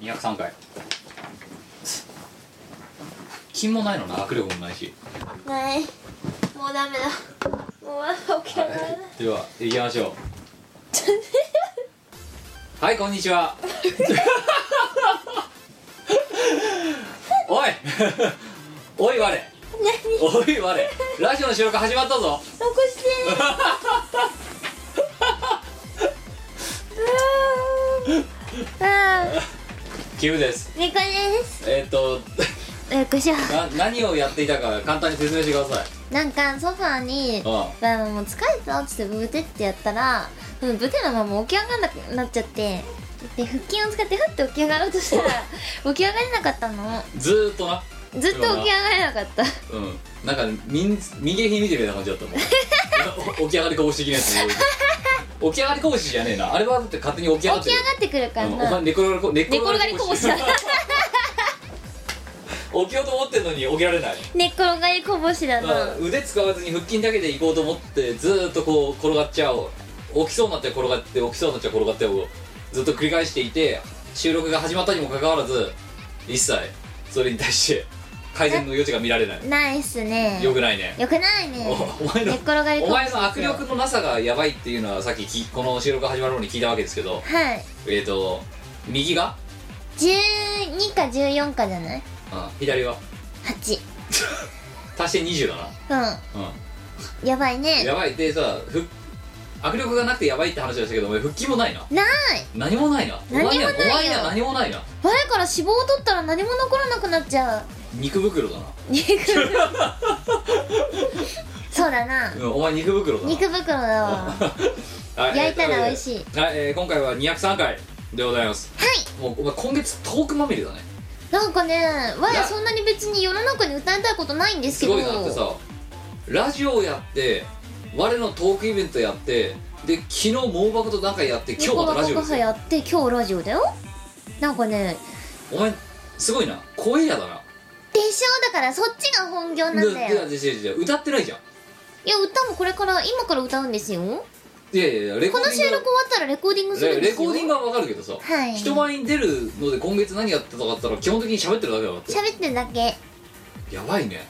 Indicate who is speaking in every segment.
Speaker 1: 203回金もないのな握力もないし
Speaker 2: ないもうダメだもうまだ起きられない
Speaker 1: では行きましょうはいこんにちはおいおい我
Speaker 2: 何
Speaker 1: おい我ラジオの収録始まったぞ
Speaker 2: 残してうわーあー
Speaker 1: キムです
Speaker 2: 猫です
Speaker 1: えっ、と
Speaker 2: よっこしょ
Speaker 1: な何をやっていたか簡単に説明してください
Speaker 2: なんかソファーに
Speaker 1: あ
Speaker 2: あのもう疲れたっつってブテってやったらそのブテのまま起き上がんなくなっちゃってで腹筋を使ってふって起き上がろうとしたら起き上がれなかったの
Speaker 1: ずーっとな
Speaker 2: ずっと起き上がれなかった
Speaker 1: うんなんか右右ひ見てるような感じだったもんお起き上がりこぼし的なやつ起き上がりこぼしじゃねえなあれはだって勝手に起き上がっ
Speaker 2: 起き
Speaker 1: て
Speaker 2: 上
Speaker 1: る
Speaker 2: がってくるから
Speaker 1: うんお前
Speaker 2: な
Speaker 1: 寝転がりこ寝
Speaker 2: 寝転がりこぼしだ
Speaker 1: 起きようと思ってるのに起きられない、
Speaker 2: 寝転がりこぼしだ
Speaker 1: ま
Speaker 2: な
Speaker 1: あ、腕使わずに腹筋だけで行こうと思ってずーっとこう転がっちゃう起きそうになっちゃ転がって起きそうになっちゃ転がってをずっと繰り返していて収録が始まったにもかかわらず一切それに対して改善の余地が見られない
Speaker 2: ないっすね
Speaker 1: よくないね
Speaker 2: よくないね
Speaker 1: おお前の
Speaker 2: 寝転がりこ
Speaker 1: お
Speaker 2: ぼし
Speaker 1: 前の握力のなさがやばいっていうのはさっききこの収録が始まるのに聞いたわけですけど
Speaker 2: はい
Speaker 1: えっ、と右が、
Speaker 2: 12か14かじゃない
Speaker 1: うん、左は
Speaker 2: 8
Speaker 1: 足して20だな
Speaker 2: うんやばい
Speaker 1: うんや
Speaker 2: ね
Speaker 1: ばいでさふ握力がなくてやばいって話をしたけどお前腹筋もないな
Speaker 2: ない
Speaker 1: 何もないなお前
Speaker 2: 何
Speaker 1: に
Speaker 2: もないよ
Speaker 1: はお前には何もないな
Speaker 2: 我から脂肪を取ったら何も残らなくなっちゃう
Speaker 1: 肉袋だな、
Speaker 2: 肉そうだな
Speaker 1: うん、お前肉袋だな
Speaker 2: 肉袋だわは
Speaker 1: はい
Speaker 2: 焼いたら美味し
Speaker 1: えーとう
Speaker 2: い
Speaker 1: ことではい、えー今回は203回でございます
Speaker 2: い
Speaker 1: もうお前今月トークまみれだね
Speaker 2: なんかね我
Speaker 1: な
Speaker 2: そんなに別に世の中に歌いたいことないんです
Speaker 1: す
Speaker 2: けど
Speaker 1: ごいなってさラジオやって我のトークイベントやってで昨日盲箱と仲やって今日またラジオですよ
Speaker 2: やって今日ラジオだよなんかね
Speaker 1: お前すごいな声やだな
Speaker 2: でしょだからそっちが本業なんだよ
Speaker 1: ででででで歌ってないじゃん
Speaker 2: いや歌もこれから今から歌うんですよこ
Speaker 1: いやいやいやレコー
Speaker 2: の
Speaker 1: ディング
Speaker 2: 収録終わったらレコーディングするん
Speaker 1: レ
Speaker 2: で
Speaker 1: レ
Speaker 2: す
Speaker 1: コ
Speaker 2: よ
Speaker 1: ーディングはわかるけどさ、
Speaker 2: はい
Speaker 1: 人前に出るので今月何やってたかって言ったら基本的に喋ってるだけだなって
Speaker 2: 喋ってるだけ
Speaker 1: やばいね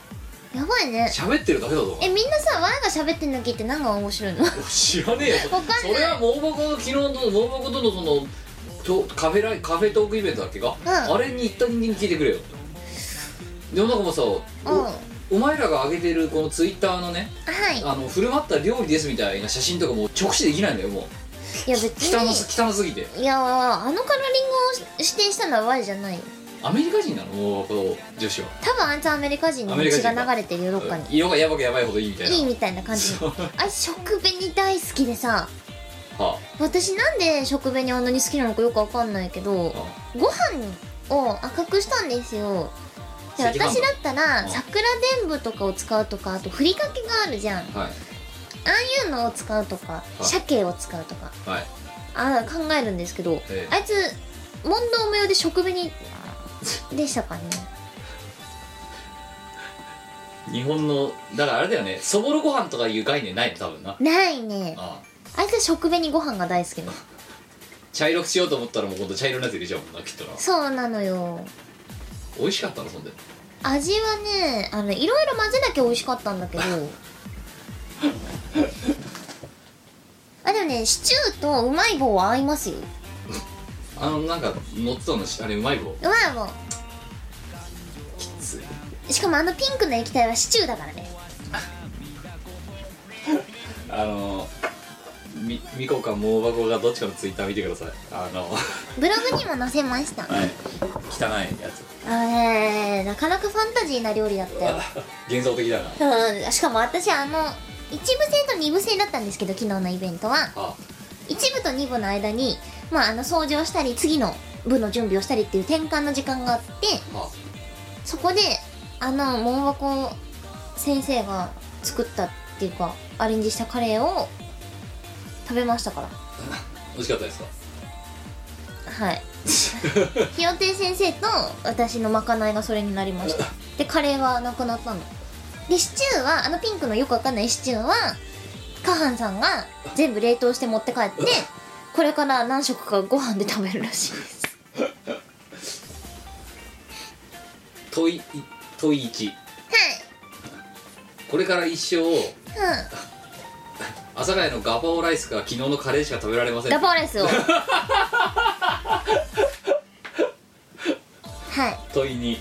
Speaker 2: やばいね
Speaker 1: 喋ってるだけだぞ
Speaker 2: えみんなさ我が喋ってるだけって何が 面白いの
Speaker 1: 知らねえよ
Speaker 2: わかんない
Speaker 1: それは盲箱の昨日の盲箱とのそのとカフェライカフェトークイベントだっけか、
Speaker 2: うん
Speaker 1: あれに行った人間に聞いてくれよでもなんかもうさ、
Speaker 2: うんは
Speaker 1: おお前らが上げてるこのツイッターのね
Speaker 2: い
Speaker 1: あの振る舞った料理ですみたいな写真とかもう直視できないんだよもう
Speaker 2: いや別
Speaker 1: 汚
Speaker 2: に
Speaker 1: す汚すぎて
Speaker 2: いやあのカラーリングをし指定したのは我じゃないよ
Speaker 1: アメリカ人なの盲箱の女子は
Speaker 2: 多分あいつアメリカ人の
Speaker 1: アメリカ
Speaker 2: 血
Speaker 1: 人
Speaker 2: が
Speaker 1: か
Speaker 2: 流れてるよどっかに
Speaker 1: 色がやばくやばいほどいいみたいない
Speaker 2: いみたいな感じ
Speaker 1: そう
Speaker 2: あれ食紅大好きでさ
Speaker 1: は
Speaker 2: 私なんで食紅あんなに好きなのかよくわかんないけど
Speaker 1: あ、は
Speaker 2: ご飯を赤くしたんですよで
Speaker 1: 赤飯
Speaker 2: 私だった
Speaker 1: う
Speaker 2: ら
Speaker 1: ん
Speaker 2: 桜でんぶとかを使うとかあとふりかけがあるじゃんあ
Speaker 1: あ、はい
Speaker 2: あいうのを使うとか
Speaker 1: うん
Speaker 2: 鮭を使うとか
Speaker 1: はい
Speaker 2: あー考えるんですけど
Speaker 1: ええ
Speaker 2: あいつ問答無用で食紅でしたからね
Speaker 1: 日本のだからあれだよねそぼろご飯とかいう概念ないの多分なあ
Speaker 2: ないね
Speaker 1: あ
Speaker 2: あいつ食紅ご飯が大好きなの
Speaker 1: 茶色くしようと思ったらもう今度茶色のやつ入れちゃうもんなきっとな
Speaker 2: そうなのよ
Speaker 1: 美味しかったのそんで
Speaker 2: 味はねあのいろいろ混ぜなきゃ美味しかったんだけどあでもねシチューとうまい棒は合いますよ
Speaker 1: あのなんか乗ってたのしあれうまい棒
Speaker 2: うまい棒
Speaker 1: きつい
Speaker 2: しかもあのピンクの液体はシチューだからね
Speaker 1: あのみみこかもう箱がどっちかのツイッター見てくださいあの
Speaker 2: ブログにも載せましたあ
Speaker 1: はい汚いやつ
Speaker 2: のねなかなかファンタジーな料理だったよ
Speaker 1: 幻想的だな
Speaker 2: うんしかも私あの一部制と二部制だったんですけど昨日のイベントは
Speaker 1: あ
Speaker 2: 一部と二部の間にまああの掃除をしたり次の部の準備をしたりっていう転換の時間があって
Speaker 1: あ
Speaker 2: そこであのモンバコ先生が作ったっていうかアレンジしたカレーを食べましたから
Speaker 1: 美味しかったですか
Speaker 2: はい ひよて先生と私のまかないがそれになりましたでカレーはなくなったのでシチューはあのピンクのよくわかんないシチューはカハンさんが全部冷凍して持って帰ってこれから何食かご飯で食べるらしいです
Speaker 1: 問い問い1これから一生
Speaker 2: はい、
Speaker 1: 阿佐ヶ谷のガパオライスか昨日のカレーしか食べられま
Speaker 2: う
Speaker 1: せ
Speaker 2: ん、
Speaker 1: ん
Speaker 2: ラパーライ スをはい
Speaker 1: 問い2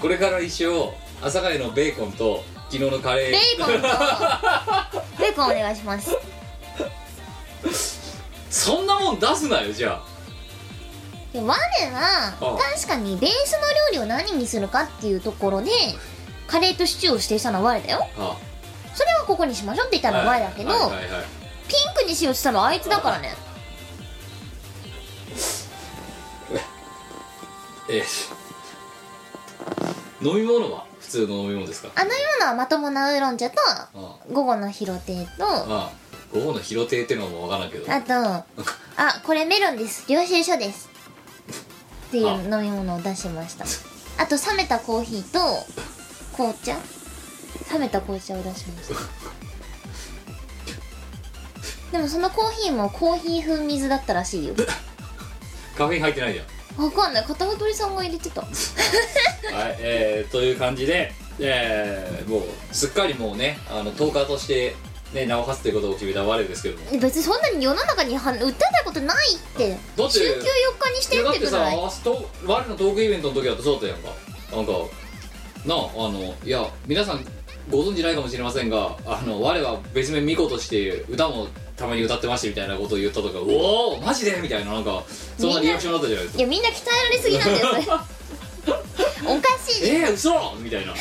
Speaker 1: これから一生阿佐ヶ谷のベーコンと昨日のカレー
Speaker 2: ベーコンとベーコンお願いします
Speaker 1: そんなもん出すなよじゃ
Speaker 2: で我
Speaker 1: あ
Speaker 2: は
Speaker 1: あ
Speaker 2: 確かにベースの料理を何にするかっていうところでカレーとシチューを指定したのは我だよ
Speaker 1: あは
Speaker 2: それはここにしましょうって言った
Speaker 1: あ
Speaker 2: のは我だけど、
Speaker 1: はいはいはい
Speaker 2: ピンクにしようって言ったのはあいつだからね
Speaker 1: ええ飲み物は普通の飲み物ですか
Speaker 2: あのようなまともなウーロン茶と
Speaker 1: あ
Speaker 2: 午後の広亭と
Speaker 1: あああ午後の広亭ってのもわからんけど
Speaker 2: あとあこれメロンです領収書ですっていう
Speaker 1: あ
Speaker 2: 飲み物を出しましたあと冷めたコーヒーと紅茶冷めた紅茶を出しましたでもそのコーヒーもコーヒー風水だったらしいよ
Speaker 1: カフェイン入ってないじゃん
Speaker 2: わかんない片太りさんが入れてた
Speaker 1: はい、えー、という感じで、えー、もうすっかりもうねあのトーカーとして、ね、名を馳すということを決めた我ですけども
Speaker 2: 別にそんなに世の中には訴えたいことないって
Speaker 1: だって
Speaker 2: 週休4日にし
Speaker 1: い
Speaker 2: て
Speaker 1: や
Speaker 2: る
Speaker 1: だ
Speaker 2: っ
Speaker 1: ってて
Speaker 2: く
Speaker 1: さ
Speaker 2: らい
Speaker 1: 明日と我のトークイベントの時だってそうだったやんかなんかなああのいや皆さんご存知ないかもしれませんがあの我は別名ミコとして歌もたまに歌ってましてみたいなことを言ったとか「うおおマジで?」みたいななんかそんなリアクションだったじゃないです
Speaker 2: い
Speaker 1: か
Speaker 2: やみんな鍛えられすぎなんだよそれ おかしい
Speaker 1: 「えー、嘘みたいな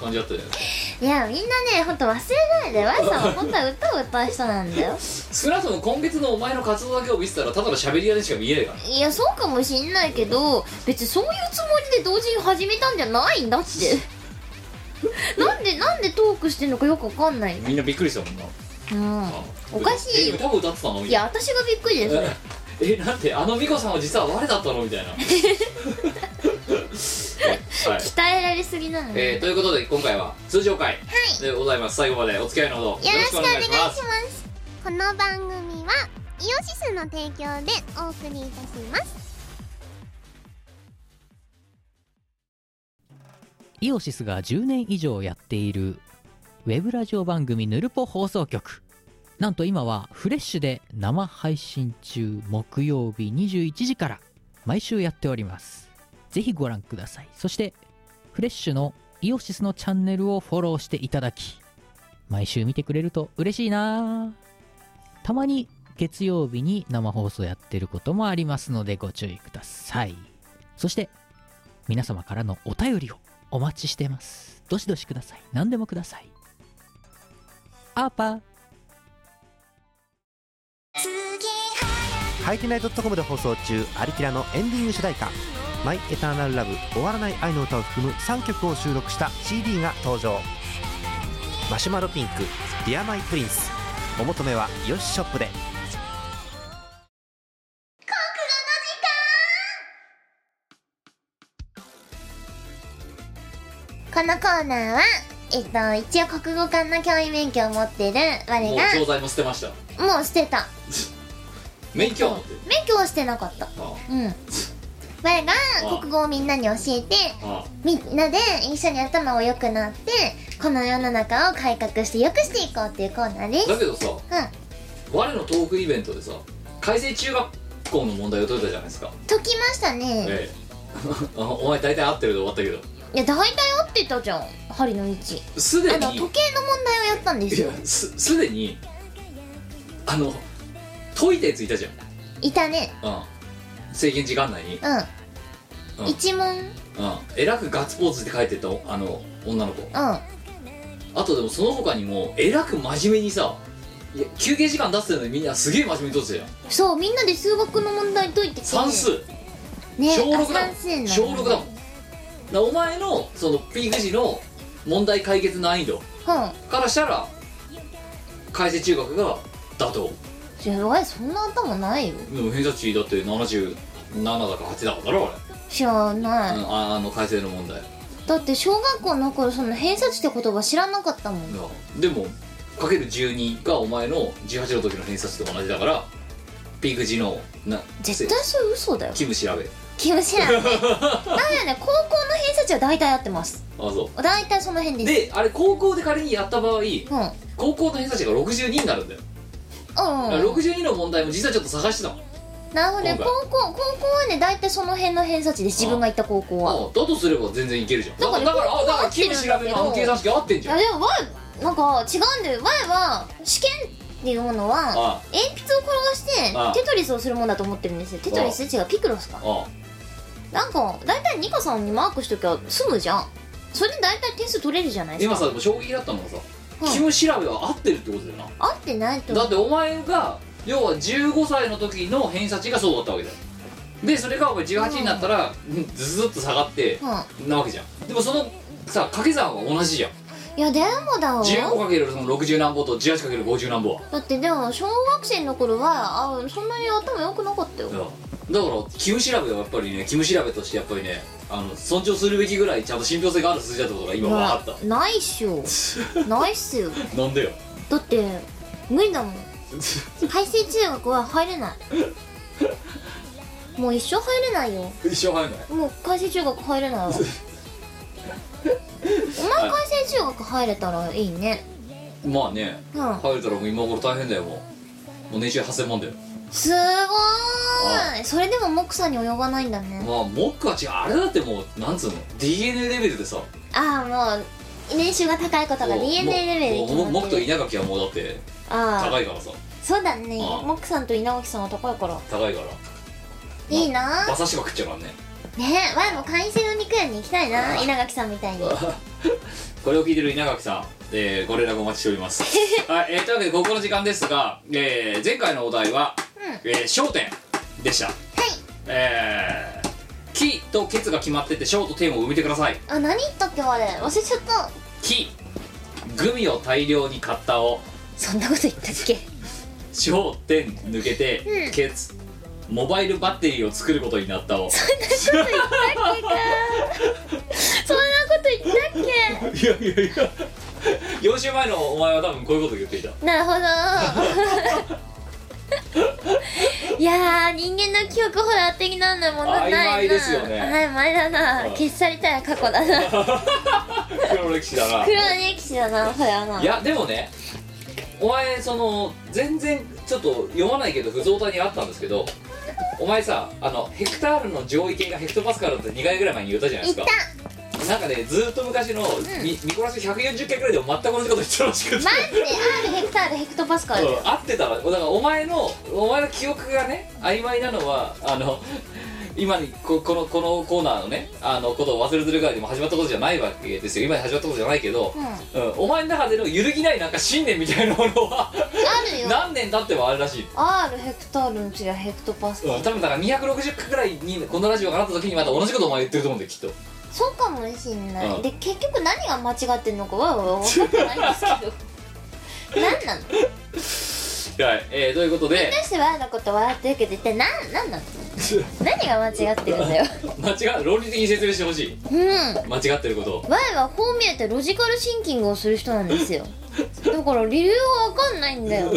Speaker 1: 感じだったじゃないですか
Speaker 2: いやみんなねほんと忘れないでワイさんは本当は歌を歌う人なん だよ
Speaker 1: 少なくとも今月のお前の活動だけを見てたらただの喋り屋にしか見えないから
Speaker 2: いやそうかもしんないけど別にそういうつもりで同時に始めたんじゃないんだ ってなんでなんでトークしてんのかよくわかんない
Speaker 1: みんなびっくりしたもんな
Speaker 2: うんおかしいよ
Speaker 1: え歌も歌ってたのみた
Speaker 2: い
Speaker 1: いな
Speaker 2: や私がびっくりですよ
Speaker 1: えなんてあの美子さんは実は我だったの みたいなはい、
Speaker 2: 鍛えられすぎなのよ
Speaker 1: えー、ということで今回は通常回でございます、最後までお付き合いのほどよろ
Speaker 3: よろしくお願いしますこの番組はイオシスの提供でお送りいたします
Speaker 4: イオシスが10年以上やっているウェブラジオ番組ぬるぽ放送局なんと今はフレッシュで生配信中木曜日21時から毎週やっておりますぜひご覧くださいそしてフレッシュのイオシスのチャンネルをフォローしていただき毎週見てくれると嬉しいなあたまに月曜日に生放送やってることもありますのでご注意くださいそして皆様からのお便りをお待ちしてますどしどしください何でもくださいアーパー
Speaker 5: ハイテナイドットコムで放送中「アリキラ」のエンディング主題歌「マイ・エターナル・ラブ終わらない愛の歌」を含む3曲を収録した CD が登場マシュマロピンク「ディアマイ・プリンス」お求めはよしショップで
Speaker 2: このコーナーはえっと一応国語科の教員免許を持ってる我
Speaker 1: も
Speaker 2: が
Speaker 1: う教材も捨てました
Speaker 2: もう捨てた
Speaker 1: 免許を持ってる
Speaker 2: 免許は捨てなかった
Speaker 1: あ
Speaker 2: うん我が国語をみんなに教えて
Speaker 1: あ
Speaker 2: みんなで一緒に頭を良くなってこの世の中を改革して良くしていこうっていうコーナーで
Speaker 1: あ
Speaker 2: す
Speaker 1: だけどさ
Speaker 2: うん
Speaker 1: 我のトークイベントでさ改正中学校の問題を解いたじゃないですか、
Speaker 2: 解きましたね
Speaker 1: え えあお前大体合ってるで終わったけど
Speaker 2: いや大体合ってたじゃん針の位置
Speaker 1: す
Speaker 2: あ
Speaker 1: で
Speaker 2: の時計
Speaker 1: に
Speaker 2: の問題をやったんです
Speaker 1: い
Speaker 2: よ
Speaker 1: やすすでにあの解いたやついたじゃん
Speaker 2: いたね
Speaker 1: うん制限時間内に、
Speaker 2: うん
Speaker 1: うん
Speaker 2: 一問うん
Speaker 1: うん、えらくガッツポーズって書いてたあの女の子あとでもその他にもえらく真面目にさいや休憩時間出すのにみんなすげえ真面目に取ってたじゃん
Speaker 2: そうみんなで数学の問題解いてて
Speaker 1: 算数、
Speaker 2: ね
Speaker 1: 小
Speaker 2: あ
Speaker 1: 6だも
Speaker 2: 算数なんの
Speaker 1: 小6だもんだからお前のそのピーク時の問題解決難易度
Speaker 2: うん
Speaker 1: からしたら改正中学が妥当
Speaker 2: じゃあそんな頭ないよ
Speaker 1: でも偏差値だって77だか8だかだろ
Speaker 2: 知ら
Speaker 1: あ
Speaker 2: ない、
Speaker 1: れ、うんああの改正の問題
Speaker 2: だって小学校の頃その偏差値って言葉知らなかったもん
Speaker 1: いやでもかける12がお前の18の時の偏差値と同じだからピーク時のな
Speaker 2: 絶対それ嘘だよ
Speaker 1: キム調べ
Speaker 2: キムシ ェランねだよね高校の偏差値は大体合ってます
Speaker 1: あそ
Speaker 2: 大体その辺
Speaker 1: う
Speaker 2: です
Speaker 1: であれ高校で仮にやった場合
Speaker 2: うんうん
Speaker 1: 高校の偏差値が62になるんだよ、だから
Speaker 2: うん
Speaker 1: 62の問題も実はちょっと探してたもん
Speaker 2: なるほどね
Speaker 1: 今回
Speaker 2: 高校高校はね大体その辺の偏差値です自分が行った高校は
Speaker 1: あだとすれば全然いけるじゃんだ
Speaker 2: だ
Speaker 1: か
Speaker 2: からら
Speaker 1: だからあだから
Speaker 2: 合ってるん
Speaker 1: 君
Speaker 2: だけ
Speaker 1: 調
Speaker 2: ど
Speaker 1: べの計算式合ってん
Speaker 2: い
Speaker 1: じゃ
Speaker 2: や
Speaker 1: ん
Speaker 2: でも Y なんか違うんだよ Y は試験っていうものは
Speaker 1: あ
Speaker 2: 鉛筆を転がして
Speaker 1: ああ
Speaker 2: テトリスをするもんだと思ってるんですよテトリス違うピクロスか
Speaker 1: あ
Speaker 2: なんか大体ニカさんにマークしときゃ済むじゃんそれで大体点数取れるじゃないです
Speaker 1: 今
Speaker 2: か
Speaker 1: さでも衝撃だったのがさ
Speaker 2: うん
Speaker 1: 君調べは合ってるってことだよな
Speaker 2: 合ってないと
Speaker 1: だ
Speaker 2: 思
Speaker 1: っ
Speaker 2: う
Speaker 1: てお前が要は15歳の時の偏差値がそうだったわけだよでそれがお前18になったら、うんずずっと下がって
Speaker 2: う
Speaker 1: なわけじゃんでもそのさ掛け算は同じじゃん
Speaker 2: いやでもだわ
Speaker 1: 15×60 何歩と 18×50 何歩は
Speaker 2: だってでも小学生の頃はあそんなに頭良くなかったよ
Speaker 1: だからだからキム調べはやっぱりねキム調べとしてやっぱりねあの尊重するべきぐらいちゃんと信憑性がある数字だってことが今分かった、
Speaker 2: なないっし ょないっすよ
Speaker 1: なんでよ
Speaker 2: だって無理だもん海星中学は入れないもう一生入れないよ
Speaker 1: 一生入んない
Speaker 2: もう海星中学入れないわお前海星中学入れたらいいね
Speaker 1: まあね
Speaker 2: うん
Speaker 1: 入れたらもう今頃大変だよもうもう年収8000万だよ
Speaker 2: すごーいそれでもモクさんに及ばないんだね
Speaker 1: まあモックは違うあれだってもうなんつうの DNA レベルでさ
Speaker 2: ああもう年収が高いことが
Speaker 1: もう
Speaker 2: DNA レベルで
Speaker 1: もうもう
Speaker 2: 決
Speaker 1: も
Speaker 2: まっ
Speaker 1: っと
Speaker 2: てる
Speaker 1: 稲垣はもうだって
Speaker 2: あ
Speaker 1: 高
Speaker 2: あ
Speaker 1: いからさ
Speaker 2: そうだね
Speaker 1: ああ
Speaker 2: モクさんと稲垣さんは高いから
Speaker 1: 高いから
Speaker 2: いいな
Speaker 1: 馬刺しば食っちゃうからね
Speaker 2: ねえわいも会員制の肉屋に行きたいな稲垣さんみたいに
Speaker 1: これを聞いてる稲垣さん、えー、ご連絡お待ちしており ます、はいえーというわけでここの時間ですが、えー前回のお題は「えー焦点」でしたはいえー「木」と「ケツ」が決まってて「小」と「点」を埋めてください
Speaker 2: あ何言ったっけあれ忘れちゃった
Speaker 1: 「木」グミを大量に買ったを
Speaker 2: そんなこと言ったっけ
Speaker 1: 「小」「点」抜けて「ケツ」モバイルバッテリーを作ることになったを
Speaker 2: そんなこと言ったっ
Speaker 1: いやいやいや4週前のお前は多分こういうこと言っていた
Speaker 2: けな るほどいやー人間の記憶ほら的なんだものないな
Speaker 1: 曖昧ですよね
Speaker 2: 曖昧だな
Speaker 1: うん
Speaker 2: 消し去りたい過去だな
Speaker 1: 黒歴史だな
Speaker 2: 黒歴史だなそれはない
Speaker 1: やでもねお前その全然ちょっと読まないけど不造体にあったんですけどお前さあのヘクタールの上位系がヘクトパスカルだって2回ぐらい前に言ったじゃない
Speaker 2: 言
Speaker 1: で
Speaker 2: っ
Speaker 1: す
Speaker 2: た
Speaker 1: かなんかねずーっと昔の、み見殺し140回くらいでも全く同じこと言ってたらしくて、
Speaker 2: マジで R ヘクタールヘクトパスカルだよ
Speaker 1: うん合ってたわだからお前のお前の記憶がね曖昧なのはあの今にここのこのコーナーのねあのことを忘れずる会でも始まったことじゃないわけですよ今に始まったことじゃないけど、うんお前の中での揺るぎないなんか信念みたいなものは
Speaker 2: あるよ
Speaker 1: 何年経ってもあるらしい、
Speaker 2: R ヘクタールの次はヘクトパスカル
Speaker 1: 多分だから260回くらいにこのラジオがなった時にまた同じことお前言ってると思うんだよきっと
Speaker 2: そうかもしんない、
Speaker 1: うん
Speaker 2: で結局何が間違ってんのかは分かってないんですけ ど何なの
Speaker 1: はい、えーということで
Speaker 2: どうしてワーのこと笑ってるけど一体何何なの何が間違ってるんだよ
Speaker 1: 間違う論理的に説明してほしい
Speaker 2: うん
Speaker 1: 間違ってることを
Speaker 2: ワイはこう見えてロジカルシンキングをする人なんですよだから理由が分かんないんだ よ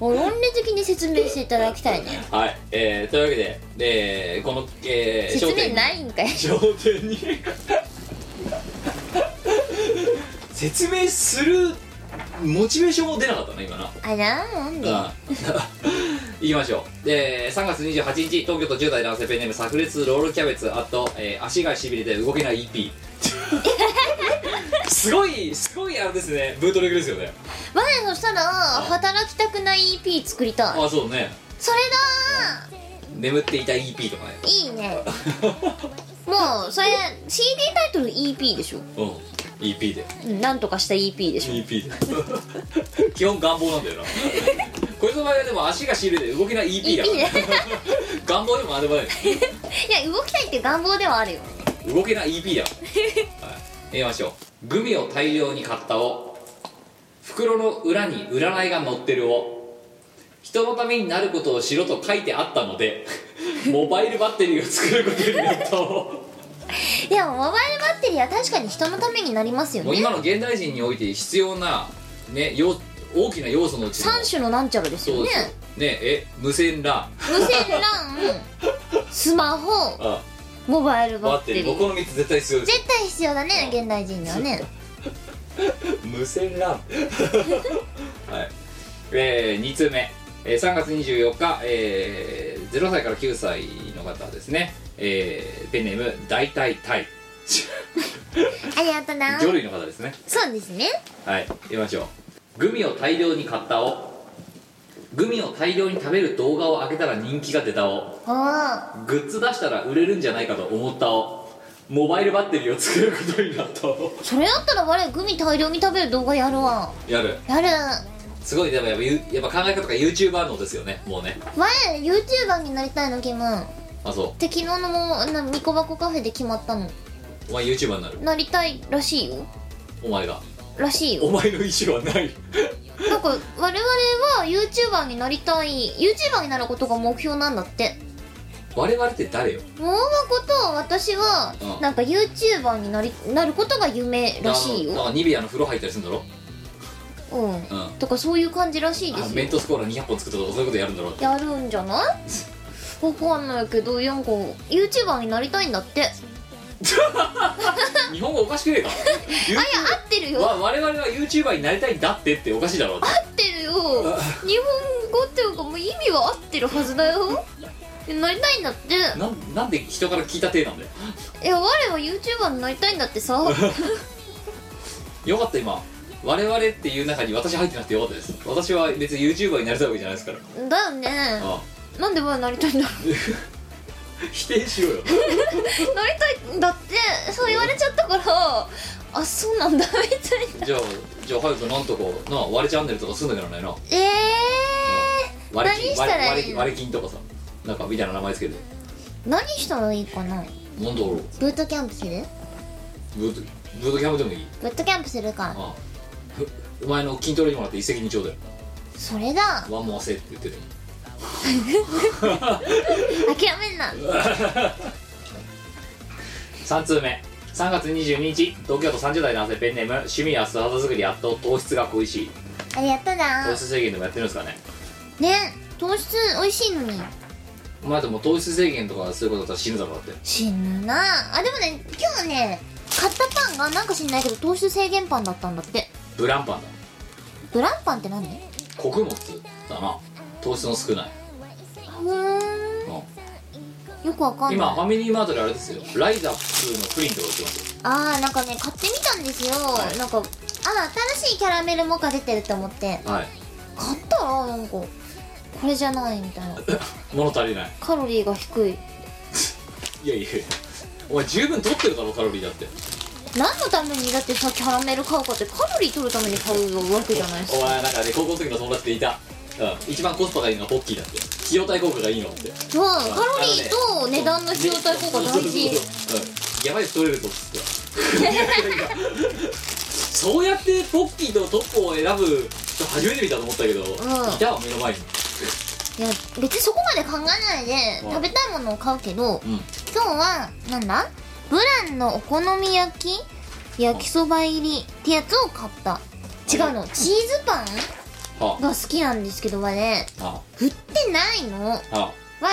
Speaker 2: もう論理的に説明していただきたいね
Speaker 1: はい、えーというわけで、えーこの、えー
Speaker 2: 説
Speaker 1: 焦点
Speaker 2: 明
Speaker 1: に
Speaker 2: ないんかい
Speaker 1: 焦点に説明するモチベーションも出なかったな今な
Speaker 2: あらなんで
Speaker 1: あ 行きましょう、えー、3月28日東京都10代男性ペンネーム炸裂ロールキャベツあと、えー足がしびれて動けない EP すごいすごいあれですねブートレグですよね
Speaker 2: ワイそしたら働きたくない EP 作りたい
Speaker 1: あそうね
Speaker 2: それだ
Speaker 1: 眠っていた EP とかね
Speaker 2: ーいい ねもうそれ CD タイトル EP でしょ
Speaker 1: うん EP で
Speaker 2: うんなんとかした EP でしょ
Speaker 1: EP で基本願望なんだよなこいつの場合はでも足がしびれて動けない EP だから
Speaker 2: EP で
Speaker 1: 願望でもあればね
Speaker 2: いや動きたいって願望ではあるよ
Speaker 1: 動けない EP だ、はい、言いましょうグミを大量に買ったを袋の裏に占いが載ってるを人のためになることをしろと書いてあったの でモバイルバッテリーを作ることになったを
Speaker 2: でもモバイルバッテリーは確かに人のためになりますよ
Speaker 1: もう
Speaker 2: ね
Speaker 1: 今の現代人において必要な、ね、要大きな要素のうちの
Speaker 2: 3種のなんちゃらです
Speaker 1: そ
Speaker 2: よ
Speaker 1: う
Speaker 2: ね
Speaker 1: ですねえ無線 LAN
Speaker 2: 無線 LAN スマホ
Speaker 1: あ
Speaker 2: モバイルバ
Speaker 1: バ
Speaker 2: ッ
Speaker 1: ッ
Speaker 2: テ
Speaker 1: テ
Speaker 2: リ
Speaker 1: リ
Speaker 2: ー
Speaker 1: ー僕の3つ絶対必要です
Speaker 2: 絶対必要だね現代人にはね
Speaker 1: 無線 LAN はいえー、2通目、えー、3月24日、えー、0歳から9歳の方ですねえー、ペンネーム大体タイ
Speaker 2: ありがとうな
Speaker 1: 魚類の方ですね
Speaker 2: そうですね
Speaker 1: はい言いましょうグミを大量に買ったをグミを大量に食べる動画を上げたら人気が出たを
Speaker 2: おー
Speaker 1: グッズ出したら売れるんじゃないかと思ったをモバイルバッテリーを作ることになったを
Speaker 2: それだったら我グミ大量に食べる動画やるわ
Speaker 1: やる
Speaker 2: やる
Speaker 1: すごいでもやっぱゆやっぱ考え方が YouTuber のですよねもうね
Speaker 2: 我 YouTuber になりたいのキムっ
Speaker 1: あそ
Speaker 2: て昨日のもなニコバコカフェで決まったの
Speaker 1: うお前 YouTuber になる
Speaker 2: なりたいらしいよ
Speaker 1: お前が
Speaker 2: らしいよ
Speaker 1: お前の意思はない
Speaker 2: なんか我々は YouTuber になりたい YouTuber になることが目標なんだって
Speaker 1: 我々って誰よ
Speaker 2: 桃子と私は
Speaker 1: うん
Speaker 2: なんか YouTuber になりなることが夢らしい
Speaker 1: あのなん
Speaker 2: よ
Speaker 1: かニベアの風呂入ったりするんだろ
Speaker 2: うん、
Speaker 1: うん
Speaker 2: とかそういう感じらしいで
Speaker 1: あ
Speaker 2: す
Speaker 1: メ
Speaker 2: よ
Speaker 1: ントスコーラ200本作ったとかそういうことやるん だろ
Speaker 2: やるんじゃないわかんないけどなんか YouTuber になりたいんだってあいや
Speaker 1: 日本語おかしくねえ か YouTube
Speaker 2: 合ってるよ
Speaker 1: わ
Speaker 2: 合
Speaker 1: 我々は YouTuber になりたいんだってっておかしいだろうって
Speaker 2: ってるよ日本語っていうかもう意味は合ってるはずだよなりたいんだって
Speaker 1: なんなんで人から聞いた体なんだよ
Speaker 2: いや我は YouTuber になりたいんだって さ
Speaker 1: よかった今我々っていう中に私入ってなくてよかったです私は別に YouTuber になりたいわけじゃないですから
Speaker 2: だよね
Speaker 1: あ
Speaker 2: なんで我なりたいんだろう
Speaker 1: 否定し ろよ
Speaker 2: なりたいんだってそう言われちゃったからあそうなんだ みたいな
Speaker 1: じゃあじゃあ早くなんとかなあ割れチャンネルとかすんだけどねな
Speaker 2: ええー、
Speaker 1: 割
Speaker 2: 何
Speaker 1: れ金
Speaker 2: したら
Speaker 1: 割
Speaker 2: い
Speaker 1: れ
Speaker 2: い
Speaker 1: 割れ金とかさなんかみたいな名前つけて
Speaker 2: 何したらいいかな
Speaker 1: なんだろう
Speaker 2: ブートキャンプする
Speaker 1: ブートブートキャンプでもいい
Speaker 2: ブートキャンプする
Speaker 1: あ
Speaker 2: か
Speaker 1: あふお前の筋トレにもらって一石二鳥だよ
Speaker 2: それだ
Speaker 1: ワンモアセって言ってる
Speaker 2: 諦めんな
Speaker 1: 3通目3月22日東京都30代男性ペンネーム趣味や素肌作りやっと糖質が恋しい
Speaker 2: ありがとうな
Speaker 1: 糖質制限でもやってるんですかね
Speaker 2: ね糖質美味しいのに
Speaker 1: お前でも糖質制限とかそういうことだったら死ぬだろうだって
Speaker 2: 死ぬなあでもね今日ね買ったパンがなんか知んないけど糖質制限パンだったんだって
Speaker 1: ブランパンだ
Speaker 2: ブランパンって何う
Speaker 1: 穀物だな糖質の少ない、
Speaker 2: ー
Speaker 1: うん
Speaker 2: んよくわかんない
Speaker 1: 今ファミリーマートであれですよライザップのプリンとか売ってますよ
Speaker 2: あーなんかね買ってみたんですよ、
Speaker 1: い
Speaker 2: なんかあ新しいキャラメルモカ出てると思って
Speaker 1: はい
Speaker 2: 買ったらなんかこれじゃないみたいな
Speaker 1: 物足りない
Speaker 2: カロリーが低い
Speaker 1: いやいやいやお前十分取ってるだろカロリーだって
Speaker 2: 何のためにだってさキャラメル買うかってカロリー取るために買うわけじゃないし
Speaker 1: お前なんかね高校の時の友達でいた、うん、一番コスパがいいのはポッキーだって費用対効果がいいのって
Speaker 2: そうカロリーと値段の費用対効果大事
Speaker 1: うんやばい太れるぞっつって いやいやいやそうやってポッキーとトップを選ぶ人初めて見たと思ったけど、
Speaker 2: ん
Speaker 1: いたわ目の前に
Speaker 2: いや別にそこまで考えないで
Speaker 1: うん
Speaker 2: 食べたいものを買うけど
Speaker 1: うん
Speaker 2: 今日はなんだブランのお好み焼き焼きそば入りってやつを買った違うのチーズパン
Speaker 1: は
Speaker 2: が好きなんですけどはね
Speaker 1: あは
Speaker 2: 振ってないのわ
Speaker 1: あは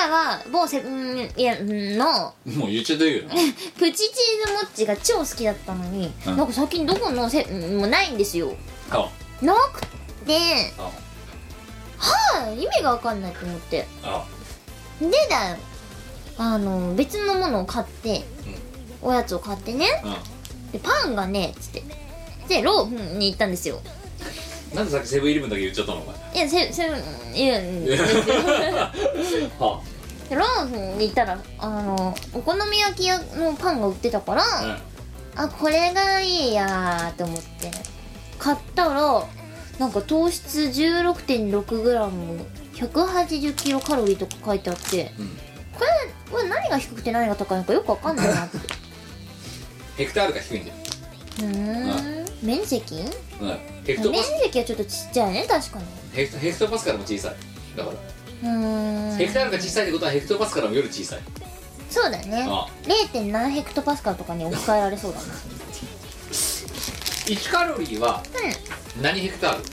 Speaker 2: は某セブンいやんの
Speaker 1: あもう言っちゃってるよな
Speaker 2: プチチーズモッチが超好きだったのに、
Speaker 1: うん
Speaker 2: なんか最近どこのセんもないんですよ
Speaker 1: は
Speaker 2: なくて
Speaker 1: あは
Speaker 2: あ意味がわかんないと思って
Speaker 1: あは
Speaker 2: でだよあの別のものを買って、おやつを買ってね
Speaker 1: あ
Speaker 2: でパンがねっつってでローフンに行ったんですよ
Speaker 1: うんなんでさっきセブンイレブンだけ言っちゃったのお前
Speaker 2: いやせせいやで
Speaker 1: は
Speaker 2: ローフンに行ったらあのお好み焼き屋のパンが売ってたから、
Speaker 1: あ、うん
Speaker 2: あこれがいいやーって思って買ったらなんか糖質 16.6g180kcal カロリーとか書いてあって、
Speaker 1: うん
Speaker 2: これこれ何が低くて何が高いのかよくわかんないなって
Speaker 1: ヘクタールが低いんだよ、
Speaker 2: うーん面積面
Speaker 1: うん、ヘクトパス
Speaker 2: 積はちょっとちっちゃいね確かに
Speaker 1: ヘクトヘクトパスカルも小さいだから、
Speaker 2: うーん
Speaker 1: ヘクタールが小さいってことはヘクトパスカルもより小さい
Speaker 2: そうだね
Speaker 1: あ
Speaker 2: 0. 何ヘクトパスカルとかに置き換えられそ うだな
Speaker 1: 1カロリーは
Speaker 2: う
Speaker 1: 何ヘクタール
Speaker 2: ん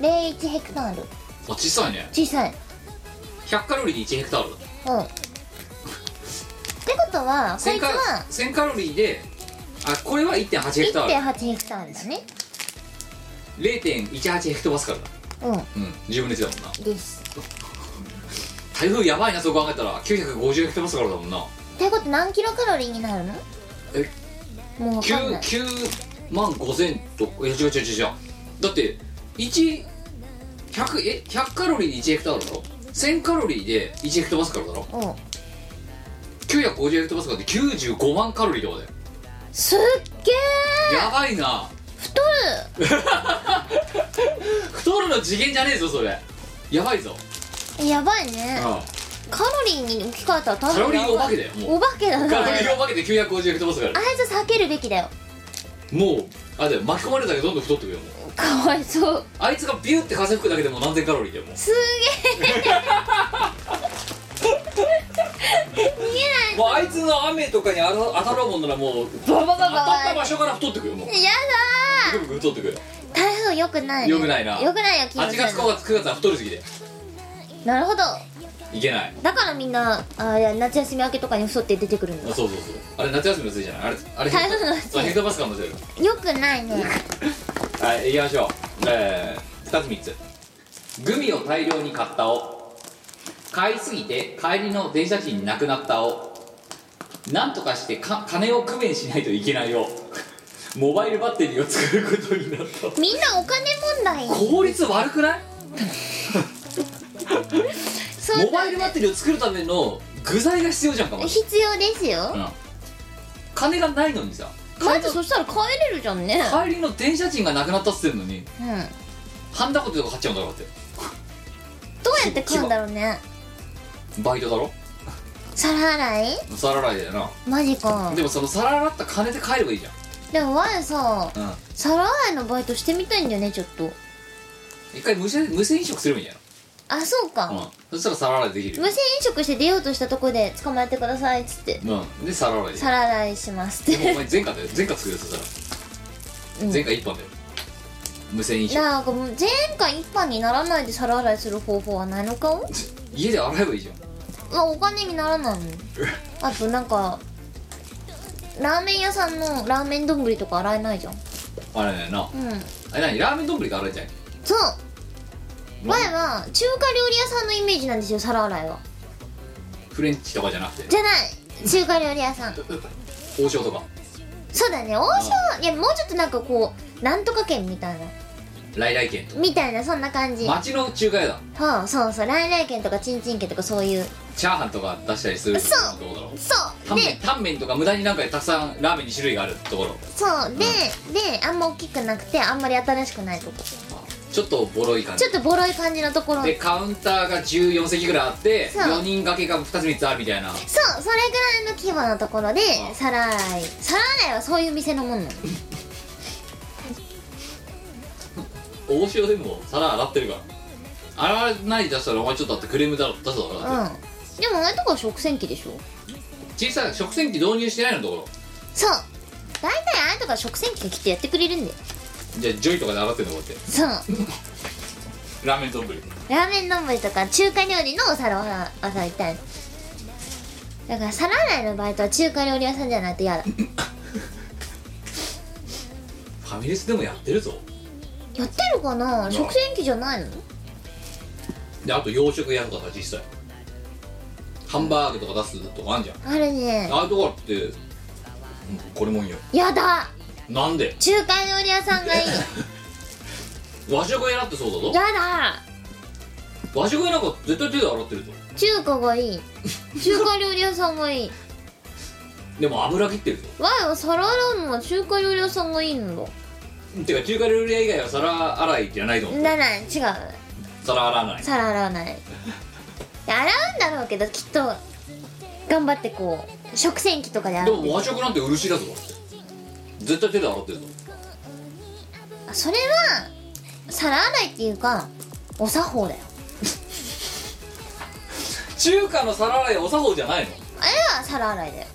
Speaker 2: 0.01ヘクタール
Speaker 1: あ小さいね
Speaker 2: 小さい
Speaker 1: 100カロリーで1ヘクタールだ
Speaker 2: うんことはこい
Speaker 1: 1000
Speaker 2: つ
Speaker 1: カ
Speaker 2: は
Speaker 1: 1000カロリーであこれは1.8ヘクタール
Speaker 2: 1.8ヘクタールだね
Speaker 1: 0.18ヘクトパスカルだ
Speaker 2: う
Speaker 1: うん10分の1だもんなん
Speaker 2: です
Speaker 1: 台風やばいなそう考えたら950ヘクトパスカルだもんな
Speaker 2: ってこと何キロカロリーになるの
Speaker 1: え
Speaker 2: もうわかんない
Speaker 1: 9万5000といや違う違う違う違うだって1100え100カロリーで1ヘクタールだろ1000カロリーで1ヘクトパスカルだろ
Speaker 2: うん
Speaker 1: 950ヘクトパスカルって95万カロリーとかだよ
Speaker 2: すっげえ
Speaker 1: やばいな
Speaker 2: 太
Speaker 1: 太るの次元じゃねえぞそれやばいぞ
Speaker 2: るやばいね
Speaker 1: あ
Speaker 2: カロリーに置き換えたら多分
Speaker 1: カロリーお化け
Speaker 2: だ
Speaker 1: だよもう
Speaker 2: お化けだね
Speaker 1: カロリーお化けで950ヘクトパスカル
Speaker 2: あいつ避けるべきだよ
Speaker 1: もうあれだよ巻き込まれただけどどんどん太ってくよもう
Speaker 2: かわいそう
Speaker 1: あいつがビューって風吹くだけでもう何千カロリーだよもう
Speaker 2: す
Speaker 1: もうあいつの雨とかにあの当たろうもんならもう当たった場所から太ってくよもう
Speaker 2: げえや
Speaker 1: ぐるぐる太ってくよ
Speaker 2: だ台風よくないね
Speaker 1: 良くないな
Speaker 2: よくないよ気を
Speaker 1: 8
Speaker 2: つけない
Speaker 1: 月9月9月は太りすぎで
Speaker 2: なるほど
Speaker 1: いけない
Speaker 2: だからみんなあいや夏休み明けとかに嘘って出てくるん
Speaker 1: あ
Speaker 2: だ
Speaker 1: そうそうそうあれ夏休みのせいじゃないあれ あれ
Speaker 2: 台風のせい
Speaker 1: あヘクタパスカルのせい
Speaker 2: よくないね
Speaker 1: だはい行きましょうえー、2つ3つグミを大量に買ったを買いすぎて帰りの電車賃なくなったをなんとかしてか金を工面しないといけないをモバイルバッテリーを作ることになった
Speaker 2: みんなお金問題
Speaker 1: 効率悪くない
Speaker 2: そう
Speaker 1: モバイルバッテリーを作るための具材が必要じゃんかまず、
Speaker 2: 必要ですよ
Speaker 1: うん、金がないのにさ
Speaker 2: まずそしたら帰れるじゃんね
Speaker 1: 帰りの電車賃がなくなったっつってんのに
Speaker 2: うんどうや
Speaker 1: ハンダコテとか買っちゃうんだろうって
Speaker 2: って買うんだろうね
Speaker 1: バイトだろ
Speaker 2: 皿洗い
Speaker 1: 皿洗いだよな、
Speaker 2: マジか
Speaker 1: でもその皿洗った金で帰ればいいじ
Speaker 2: でも前さ
Speaker 1: ゃん、うん、
Speaker 2: 皿洗いのバイトしてみたいんだよねちょっと
Speaker 1: 一回無線無線飲食すればいいんじ
Speaker 2: あそう
Speaker 1: ゃない、う
Speaker 2: か
Speaker 1: ん、そしたら皿洗いできる
Speaker 2: 無線飲食して出ようとしたとこで捕まえてくださいっつって
Speaker 1: うん、で皿洗いできる
Speaker 2: 皿洗いします
Speaker 1: で
Speaker 2: っ
Speaker 1: もお
Speaker 2: て
Speaker 1: 前前科だよ前科作るよそした
Speaker 2: うん
Speaker 1: ら前科一本だよ無線飲食
Speaker 2: なんかもう前回一般にならないで皿洗いする方法はないのかも
Speaker 1: 家で洗えばいいじゃん
Speaker 2: まあお金にならないのあとなんかラーメン屋さんのラーメン丼とか洗えないじゃんうん
Speaker 1: あれだよなあれ何ラーメン丼が洗えちゃう
Speaker 2: そう前は中華料理屋さんのイメージなんですよ皿洗いは
Speaker 1: フレンチとかじゃなくて
Speaker 2: じゃない中華料理屋さん
Speaker 1: 王将とか
Speaker 2: そうだね王将いやもうちょっとなんかこうなんとか県みたいな
Speaker 1: 来来県と
Speaker 2: みたいなそんな感じ、
Speaker 1: 町の中華屋だ
Speaker 2: はあ、そうそう来来県とかちんちん県とかそういう
Speaker 1: チャーハンとか出したりする
Speaker 2: そ
Speaker 1: ところだろ
Speaker 2: そう
Speaker 1: タンメン
Speaker 2: で
Speaker 1: タンメンとか無駄になんかたくさんラーメンに種類があるところ
Speaker 2: そうでであんま大きくなくてあんまり新しくないとこ
Speaker 1: ちょっとボロい感
Speaker 2: ち
Speaker 1: じ
Speaker 2: ょっとボロい感じのところ
Speaker 1: でカウンターが14席ぐらいあって
Speaker 2: そう
Speaker 1: 4人掛けが2つ3つあるみたいな
Speaker 2: そうそれぐらいの規模のところで
Speaker 1: あ
Speaker 2: 皿洗い皿洗いはそういう店のもんなの
Speaker 1: 王将でも皿洗ってるから洗わないで出したらお前ちょっとだってクレームだろ出しただろだって
Speaker 2: うんでもお前とこは食洗機でしょ
Speaker 1: 小さい食洗機導入してないのところ
Speaker 2: そう大体あれとか食洗機が来てやってくれるんだよ
Speaker 1: じゃあジョイとかで洗ってんのこうやっ
Speaker 2: そう
Speaker 1: てラーメン丼
Speaker 2: ラーメン丼とか中華料理のお皿を洗いたいのだから皿洗いのバイトは中華料理屋さんじゃないと嫌だ
Speaker 1: ファミレスでもやってるぞ
Speaker 2: やってるかな食洗機じゃないの
Speaker 1: であと洋食屋とかさ実際ハンバーグとか出すとかあんじゃん
Speaker 2: あるね
Speaker 1: ああいうところって、うんこれもんよ
Speaker 2: やだ
Speaker 1: なんで
Speaker 2: 中華料理屋さんがいい
Speaker 1: 和食屋だってそうだぞ
Speaker 2: やだ
Speaker 1: 和食屋なんか絶対手で洗ってるぞ
Speaker 2: 中華がいい中華料理屋さんがいい
Speaker 1: でも油切ってるぞ
Speaker 2: わいは皿洗うのは中華料理屋さんがいいんだ
Speaker 1: てか中華料理屋以外は皿洗いじゃないと思う
Speaker 2: なら違う
Speaker 1: 皿洗わない
Speaker 2: 皿洗わないで洗うんだろうけどきっと頑張ってこう食洗機とかで洗
Speaker 1: で
Speaker 2: う
Speaker 1: も和食なんて漆だぞ絶対手で洗ってるぞ
Speaker 2: あそれは皿洗いっていうかお作法だよ
Speaker 1: 中華の皿洗いはお作法じゃないの
Speaker 2: あれは皿洗いだよ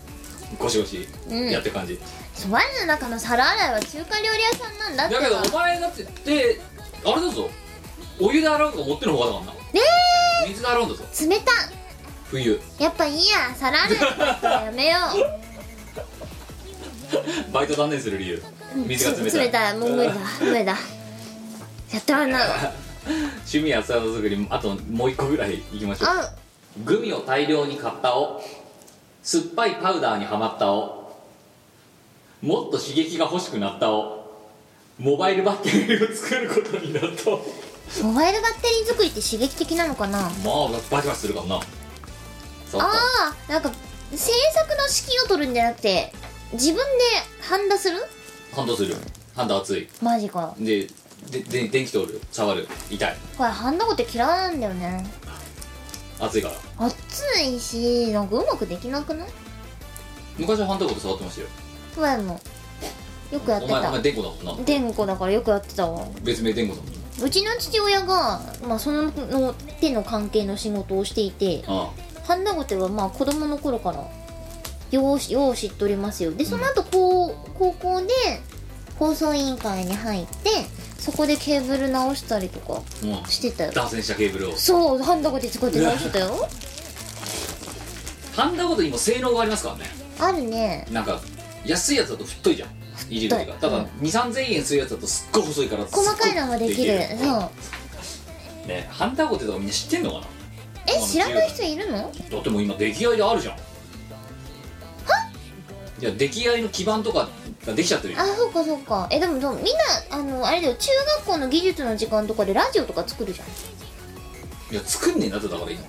Speaker 1: ゴシゴシ
Speaker 2: うん
Speaker 1: やってる感じ、
Speaker 2: そうワインの中の皿洗いは中華料理屋さんなんだって
Speaker 1: だけどお前だってであれだぞお湯で洗うとか持ってる方がだからな
Speaker 2: ね
Speaker 1: 水で洗うんだぞ
Speaker 2: え冷た
Speaker 1: 冬
Speaker 2: やっぱいいやサラールやめよう
Speaker 1: バイト断念する理由水が冷たい
Speaker 2: 冷たいもう無理だ無理だやってらんないわ
Speaker 1: 趣味やサラダ作りあともう一個ぐらいいきましょう
Speaker 2: あ
Speaker 1: グミを大量に買ったを酸っぱいパウダーにはまったをもっと刺激が欲しくなったをモバイルバッテリーを作ることになったを
Speaker 2: モバイルバッテリー作りって刺激的なのかな
Speaker 1: まあバチバチするからなそう
Speaker 2: ああなんか制作の指揮を取るんじゃなくて自分で判断する
Speaker 1: 感動するハンダ熱い
Speaker 2: マジか
Speaker 1: ででで電気通る触る痛い
Speaker 2: これハンダゴって嫌いなんだよね
Speaker 1: 熱いから
Speaker 2: 熱いしなんかうまくできなくない
Speaker 1: 昔はハンダごと触ってましたよ
Speaker 2: 前もよくやって
Speaker 1: お前お前
Speaker 2: た
Speaker 1: 電子だもんな
Speaker 2: でんこだからよくやってたわ
Speaker 1: 別名電子だもんな
Speaker 2: うちの父親が、まあ、そのの手の関係の仕事をしていて
Speaker 1: あ
Speaker 2: ハンダゴテはまあ子供の頃からようしよう知っとりますよでその後こう高校で放送委員会に入ってそこでケーブル直したりとか
Speaker 1: あも
Speaker 2: してたよ
Speaker 1: う断線したケーブルを
Speaker 2: そうハンダゴテ使って直して たよ
Speaker 1: ハンダごとにも性能がありますからね
Speaker 2: あるね
Speaker 1: なんか安いやつだと太いじゃんいじる手がただ2 3 0 0 0円するやつだとすっごい細いから
Speaker 2: 細かいのもできる
Speaker 1: すっごい
Speaker 2: そう
Speaker 1: ねハンダゴテとかみんな知ってんのかな
Speaker 2: え
Speaker 1: まあ
Speaker 2: 知らない人いるの
Speaker 1: だってもう今出来合いであるじゃんはいや出来合いの基盤とかができちゃってるよ
Speaker 2: あそうかそうかえでもでもみんなあのあれだよ中学校の技術の時間とかでラジオとか作るじゃん
Speaker 1: いや作んねえんだってだから今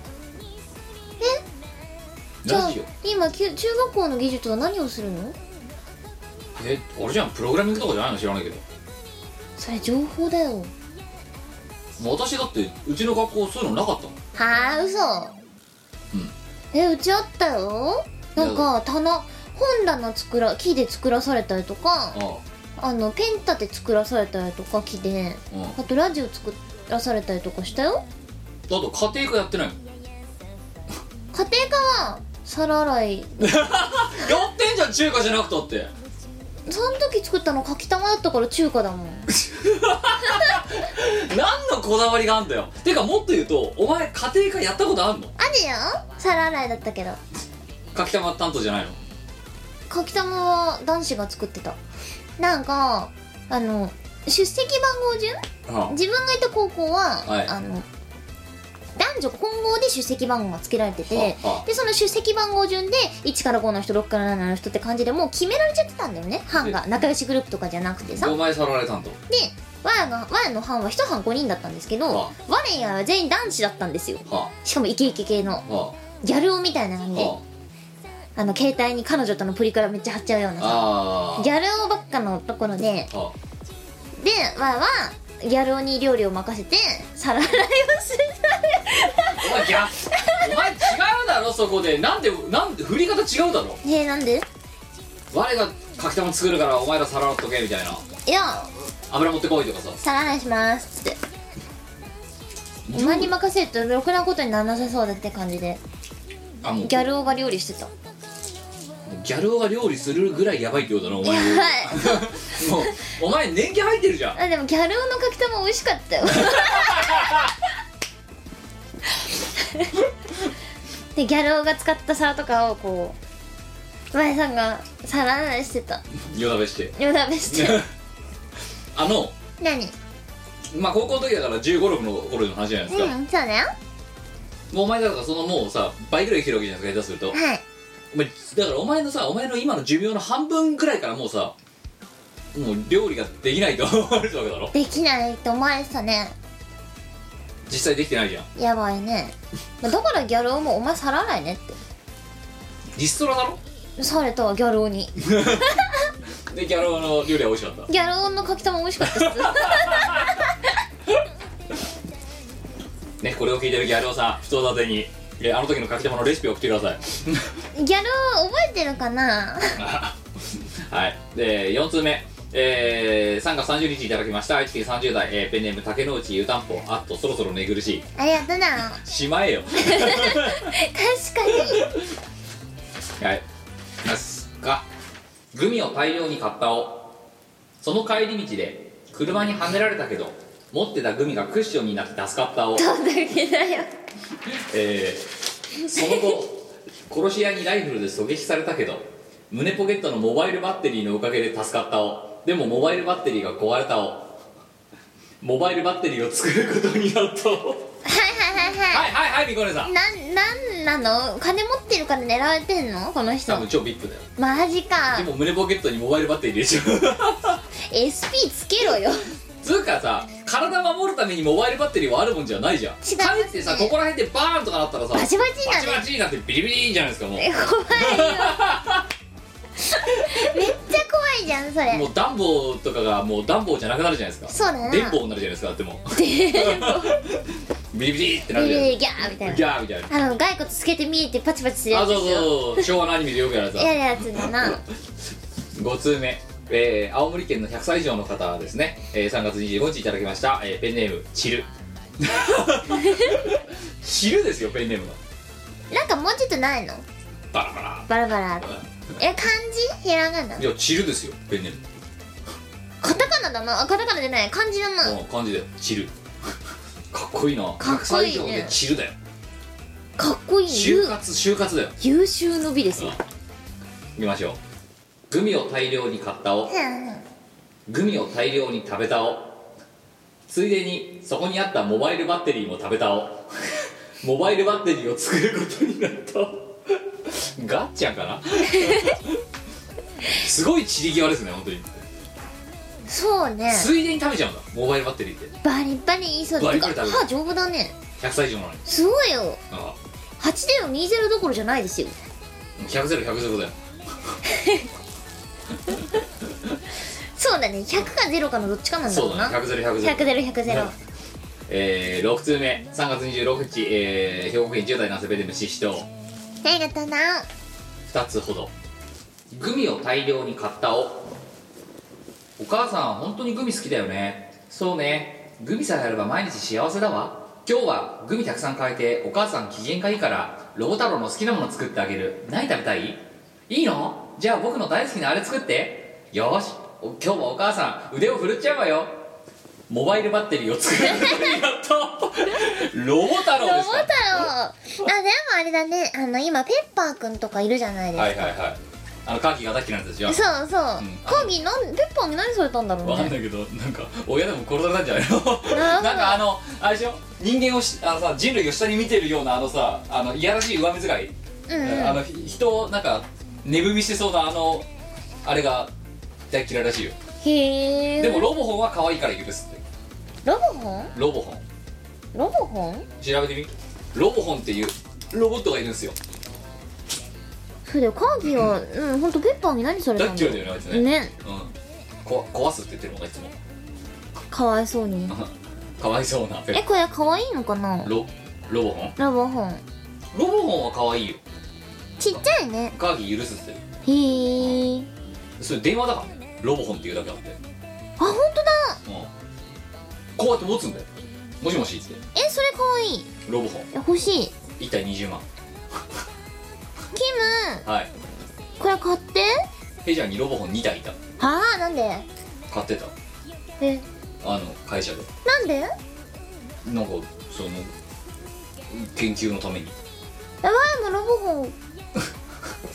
Speaker 2: じゃ
Speaker 1: ラ
Speaker 2: あ
Speaker 1: ジオ
Speaker 2: 今きゅ中学校の技術は何をするの
Speaker 1: え俺じゃんプログラミングとかじゃないの知らないけど
Speaker 2: それ情報だよ
Speaker 1: もう私だってうちの学校そういうのなかったもん
Speaker 2: はあ嘘
Speaker 1: うん
Speaker 2: えうちあったよなんか棚本棚作ら木で作らされたりとか
Speaker 1: あ
Speaker 2: あのペン立て作らされたりとか木で
Speaker 1: あうんだ
Speaker 2: あとラジオ作らされたりとかしたよ
Speaker 1: と家庭科やってないもん
Speaker 2: 家庭科は皿洗い
Speaker 1: やってんじゃん中華じゃなくたって
Speaker 2: その時作ったのかきたまだったから中華だもん
Speaker 1: 何のこだわりがあんだよてかもっと言うとお前家庭科やったことあんの
Speaker 2: あるよ皿洗いだったけど
Speaker 1: かきたま担当じゃないの
Speaker 2: かきたまは男子が作ってたなんかあの出席番号順
Speaker 1: あ
Speaker 2: 自分がいた高校は、
Speaker 1: はい
Speaker 2: あの男女混合で出席番号がつけられてて
Speaker 1: はは
Speaker 2: でその出席番号順で1から5の人6から7の人って感じでもう決められちゃってたんだよね班が仲良しグループとかじゃなくてさ
Speaker 1: でお前さらわれ担
Speaker 2: でわやがわやの班は1班5人だったんですけど
Speaker 1: は
Speaker 2: 我以外は全員男子だったんですよ
Speaker 1: 当は
Speaker 2: しかもイケイケ系
Speaker 1: あ
Speaker 2: の
Speaker 1: は
Speaker 2: ギャル男みたいな感
Speaker 1: あ
Speaker 2: じで
Speaker 1: は
Speaker 2: あの携帯に彼女とのプリクラめっちゃ貼っちゃうようなさ
Speaker 1: ああ
Speaker 2: ギャル男ばっかのところで
Speaker 1: あは
Speaker 2: でわやはギャル男に料理を任せて皿洗いをして
Speaker 1: お前ギャお前違うだろそこでなんでなんで振り方違うだろ
Speaker 2: たえなんで
Speaker 1: 我がかきたま作るからお前らさらわっとけみたいない
Speaker 2: や
Speaker 1: 油持ってこいとかさ
Speaker 2: 皿洗いしますって今に任せるとろくなことにならなさそうだって感じで
Speaker 1: あもう
Speaker 2: ギャル男が料理してたは
Speaker 1: ギャル男が料理するぐらいやばいってことだなお前のもうお前年季入ってるじゃん
Speaker 2: いあでもギャル男のかきたま美味し かったよでギャル男が使った皿とかをこう前さんが皿洗いしてた
Speaker 1: 夜鍋して
Speaker 2: 夜鍋して
Speaker 1: あの
Speaker 2: 何
Speaker 1: まあ高校の時だから1 5六6の頃の話じゃないですか、
Speaker 2: うんそうだよ
Speaker 1: もうお前だからそのもうさ倍ぐらい生きてるわけじゃないですか下手すると
Speaker 2: はい
Speaker 1: お前だからお前のさお前の今の寿命の半分ぐらいからもうさもう料理ができないと 思われてるわけだろ
Speaker 2: できないって思われてたね
Speaker 1: 実際できてないじゃん
Speaker 2: やばい ねまあだからギャル男もお前皿洗いねって
Speaker 1: リストラだろ
Speaker 2: されたわギャル男に
Speaker 1: でギャロの料理は美味しかった
Speaker 2: ギャル男のかきたま美味しかったっす
Speaker 1: ねこれを聞いてるギャロさん不当立てにえあの時のかきたまのレシピを送ってください
Speaker 2: ギャル男覚えてるかな
Speaker 1: はいで4通目えー、3月30日いただきました愛知県30代、えーペンネーム竹之内湯たんぽあっとそろそろ寝苦しい
Speaker 2: ありがとうな
Speaker 1: しまえよ
Speaker 2: 確 かに
Speaker 1: はいますがグミを大量に買ったをその帰り道で車にはねられたけど持ってたグミがクッションになって助かったを
Speaker 2: どんだけだよ
Speaker 1: えーその後殺し屋にライフルで狙撃されたけど胸ポケットのモバイルバッテリーのおかげで助かったをでもモバイルバッテリーが壊れたをモバイルバッテリーを作ることになったを
Speaker 2: はいは
Speaker 1: はい
Speaker 2: いは
Speaker 1: はいはいニコネさ
Speaker 2: い
Speaker 1: ん
Speaker 2: はいなんなんなの金持ってるから狙えてんのこの人
Speaker 1: 多分超ビップだよ
Speaker 2: マジか
Speaker 1: でも胸ポケットにモバイルバッテリー入れちゃう
Speaker 2: SP つけろよ
Speaker 1: つうかさ体守るためにモバイルバッテリーはあるもんじゃないじゃん
Speaker 2: 違う
Speaker 1: かえってさここら辺でバーンとかなったらさ
Speaker 2: バチバチにな
Speaker 1: バ
Speaker 2: る
Speaker 1: チバチになってビリビリじゃないですかもう
Speaker 2: え怖い よめっちゃ怖いじゃんそれ
Speaker 1: もう暖房とかがもう暖房じゃなくなるじゃないですか
Speaker 2: そうだな
Speaker 1: 電棒になるじゃないですかだってもうビリビリってなる
Speaker 2: ビ
Speaker 1: じゃ
Speaker 2: リ
Speaker 1: な
Speaker 2: ビ
Speaker 1: い
Speaker 2: リギャーみたい
Speaker 1: ギ
Speaker 2: な
Speaker 1: ャーみたいな
Speaker 2: あの骸骨つけて見えてパチパチするや
Speaker 1: あ
Speaker 2: つで
Speaker 1: そう
Speaker 2: す
Speaker 1: そうそ
Speaker 2: よ
Speaker 1: う昭和のアニメでよくやるやつだ
Speaker 2: 嫌なやつだな
Speaker 1: 5通目、えー青森県の100歳以上の方ですね、えー3月25日いただきました、えーペンネームチ ルチルですよペンネームが
Speaker 2: なんかもうちょっとないの
Speaker 1: バラバラ
Speaker 2: バラバラえ漢字ひらがない
Speaker 1: やチルですよペンネーム
Speaker 2: カタカナだなあカタカナじゃない漢字だな
Speaker 1: もう漢字でチル かっこいいな
Speaker 2: か
Speaker 1: 100
Speaker 2: っこい
Speaker 1: 歳以
Speaker 2: いね
Speaker 1: 上でチルだよ
Speaker 2: かっこいい
Speaker 1: 就
Speaker 2: 優
Speaker 1: 活就活だよ
Speaker 2: 優秀の美ですよ
Speaker 1: いきましょうグミを大量に買ったをグミを大量に食べたをついでにそこにあったモバイルバッテリーも食べたを モバイルバッテリーを作ることになったを ガッチャンか なすごい散り際ですね本当に
Speaker 2: そうね
Speaker 1: ついでに食べちゃうんだモバイルバッテリーって
Speaker 2: バリバリ言いそう
Speaker 1: バ
Speaker 2: で
Speaker 1: リ
Speaker 2: て
Speaker 1: バ
Speaker 2: か
Speaker 1: リ食べる
Speaker 2: 歯丈夫だね
Speaker 1: 100歳以上なのに
Speaker 2: すごいよ
Speaker 1: ああ
Speaker 2: 8020どころじゃないですよ
Speaker 1: 100ゼロ100ゼロだよ
Speaker 2: そうだね100か0かのどっちかなんだ
Speaker 1: そ
Speaker 2: ろ
Speaker 1: う
Speaker 2: う
Speaker 1: だ
Speaker 2: な
Speaker 1: ね100ゼロ100ゼロ
Speaker 2: 100ゼロ100ゼロ
Speaker 1: えー、6通目3月26日、えー、兵庫県10代男性ベテムシシト
Speaker 3: ありがとうな
Speaker 1: 2つほどグミを大量に買ったをお母さん本当にグミ好きだよねそうねグミさえあれば毎日幸せだわ今日はグミたくさん買えてお母さん機嫌がいいからロボ太郎の好きなもの作ってあげる何食べたいいいのじゃあ僕の大好きなあれ作ってよーしお今日もお母さん腕を振るっちゃうわよモバイルバッテリーを作ることになったロボ太郎
Speaker 2: ロボ
Speaker 1: です
Speaker 2: 太
Speaker 1: か
Speaker 2: 郎あでもあれだねあの今ペッパーくんとかいるじゃないですか、
Speaker 1: はいはいはいあのカーキが大っきなやつでしょ
Speaker 2: そうそう、
Speaker 1: ん
Speaker 2: コーギーなんペッパーに何されたんだろう
Speaker 1: わかん
Speaker 2: ね
Speaker 1: ないけどなんか親でも殺されたんじゃないの
Speaker 2: な
Speaker 1: な
Speaker 2: るほど
Speaker 1: んかあのあれでしょ人間をしあのさ人類を下に見てるようなあのさあのいやらしい上目遣い、
Speaker 2: うんうん
Speaker 1: あのひ人をなんか寝踏みしてそうなあのあれが大嫌いらしいよ
Speaker 2: へえ
Speaker 1: でもロボホンは可愛いから許すって
Speaker 2: ロボホン
Speaker 1: ロボホン
Speaker 2: ロボホン
Speaker 1: 調べてみロボホンっていうロボットがいるんですよ
Speaker 2: そうだよカーギーはうんほんとペッパーに何された
Speaker 1: 大っ
Speaker 2: ん
Speaker 1: 嫌
Speaker 2: だ
Speaker 1: いだよねあ
Speaker 2: ろ
Speaker 1: いつね
Speaker 2: うね
Speaker 1: うんこ壊すって言ってるのがいつも
Speaker 2: かわいそうに
Speaker 1: かわいそうな
Speaker 2: えこれかわいいのかな
Speaker 1: ロロボホン
Speaker 2: ロボホン
Speaker 1: ロボホンは可愛いよ
Speaker 2: ちっちゃいね
Speaker 1: カーキ許すって
Speaker 2: へえ
Speaker 1: それ電話だからねロボホンっていうだけあって、うん、
Speaker 2: あほんとだ
Speaker 1: こうやって持つんだよもしもしって
Speaker 2: えそれかわいい
Speaker 1: ロボホン
Speaker 2: え欲しいキ
Speaker 1: 1体20万
Speaker 2: ム
Speaker 1: はい
Speaker 2: これ買って
Speaker 1: ヘイちゃんにロボホン2体いた
Speaker 2: ああなんで
Speaker 1: 買ってた
Speaker 2: え
Speaker 1: あの会社で
Speaker 2: なんで
Speaker 1: なんかその研究のために
Speaker 2: やばいもうロ ボホン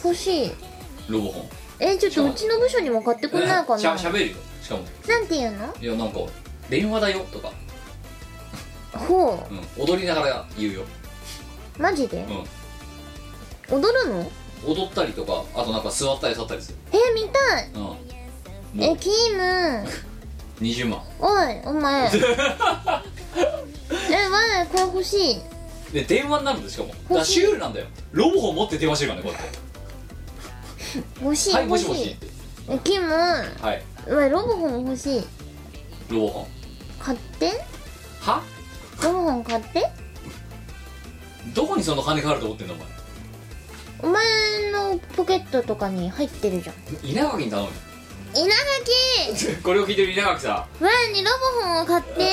Speaker 2: 欲しい
Speaker 1: ロボホン
Speaker 2: えちょっとうちの部署にも買ってくんないか
Speaker 1: しゃ
Speaker 2: な
Speaker 1: しゃべるよしかも
Speaker 2: なんていうの
Speaker 1: いやなんか電話だよとか、
Speaker 2: ほ
Speaker 1: うん、踊りながら言うよ、
Speaker 2: うマジで
Speaker 1: う
Speaker 2: 踊るの
Speaker 1: ん、踊ったりとかあとなんか座ったり立ったりする、
Speaker 2: え見たい
Speaker 1: うん、も
Speaker 2: え
Speaker 1: う
Speaker 2: キム
Speaker 1: 20万
Speaker 2: おいお前 えわいこれ欲しい
Speaker 1: で電話になるんですしかもだからシュールなんだよロボホン持って電話してるからねこうやって
Speaker 2: 欲しい
Speaker 1: はいも
Speaker 2: 欲
Speaker 1: し
Speaker 2: し
Speaker 1: もしっ
Speaker 2: い
Speaker 1: て
Speaker 2: えキム
Speaker 1: はい
Speaker 2: おいロボホン欲しい
Speaker 1: ロボホン
Speaker 2: 買って
Speaker 1: は
Speaker 2: ロボホン買って
Speaker 1: どこにその金があると思ってんだお前
Speaker 2: お前のポケットとかに入ってるじゃん
Speaker 1: 稲垣に頼む
Speaker 2: 稲垣
Speaker 1: これを聞いてる稲垣さ
Speaker 2: わいにロボホンを買って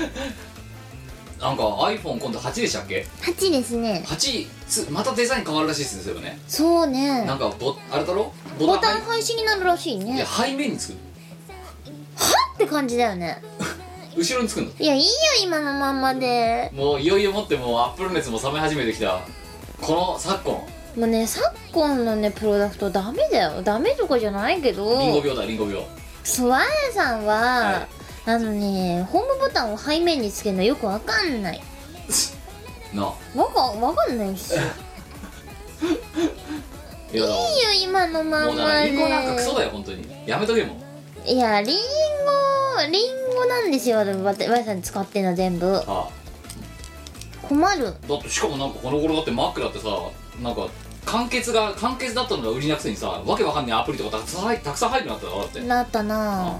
Speaker 1: んなんか iPhone 今度8でしたっけ
Speaker 2: 8ですね
Speaker 1: 8つまたデザイン変わるらしいですねそれね、
Speaker 2: そうね
Speaker 1: なんかボあれだろ
Speaker 2: ボタン
Speaker 1: 入
Speaker 2: 廃止になるらしい
Speaker 1: い
Speaker 2: ね
Speaker 1: や
Speaker 2: は
Speaker 1: 背面につく
Speaker 2: って感じだよね
Speaker 1: 後ろにつくんだ
Speaker 2: いやいいよ今のまんまで
Speaker 1: もういよいよもってもうアップル熱も冷め始めてきたこの昨今
Speaker 2: もうね昨今のねプロダクトダメだよダメとかじゃないけど
Speaker 1: リンゴ病だリンゴ病
Speaker 2: ソワエさんは、
Speaker 1: は
Speaker 2: あのねホームボタンを背面につけるのよくわかんない
Speaker 1: なあ
Speaker 2: なんかわかんないっすよ
Speaker 1: いやだから
Speaker 2: いいよ今のま
Speaker 1: もうんだ
Speaker 2: ま
Speaker 1: から
Speaker 2: で
Speaker 1: リンゴなんかクソだよ本当にやめとけもう
Speaker 2: いやリンゴリンゴなんですよでもわたわやさん使ってんの全部
Speaker 1: あ
Speaker 2: 困る
Speaker 1: あだってしかもなんかこの頃だってマックだってさなんか完結が完結だったのが売りなくせにさわけわかんないアプリとかたくさん入たくさん入るようになっただろだって
Speaker 2: なったなあ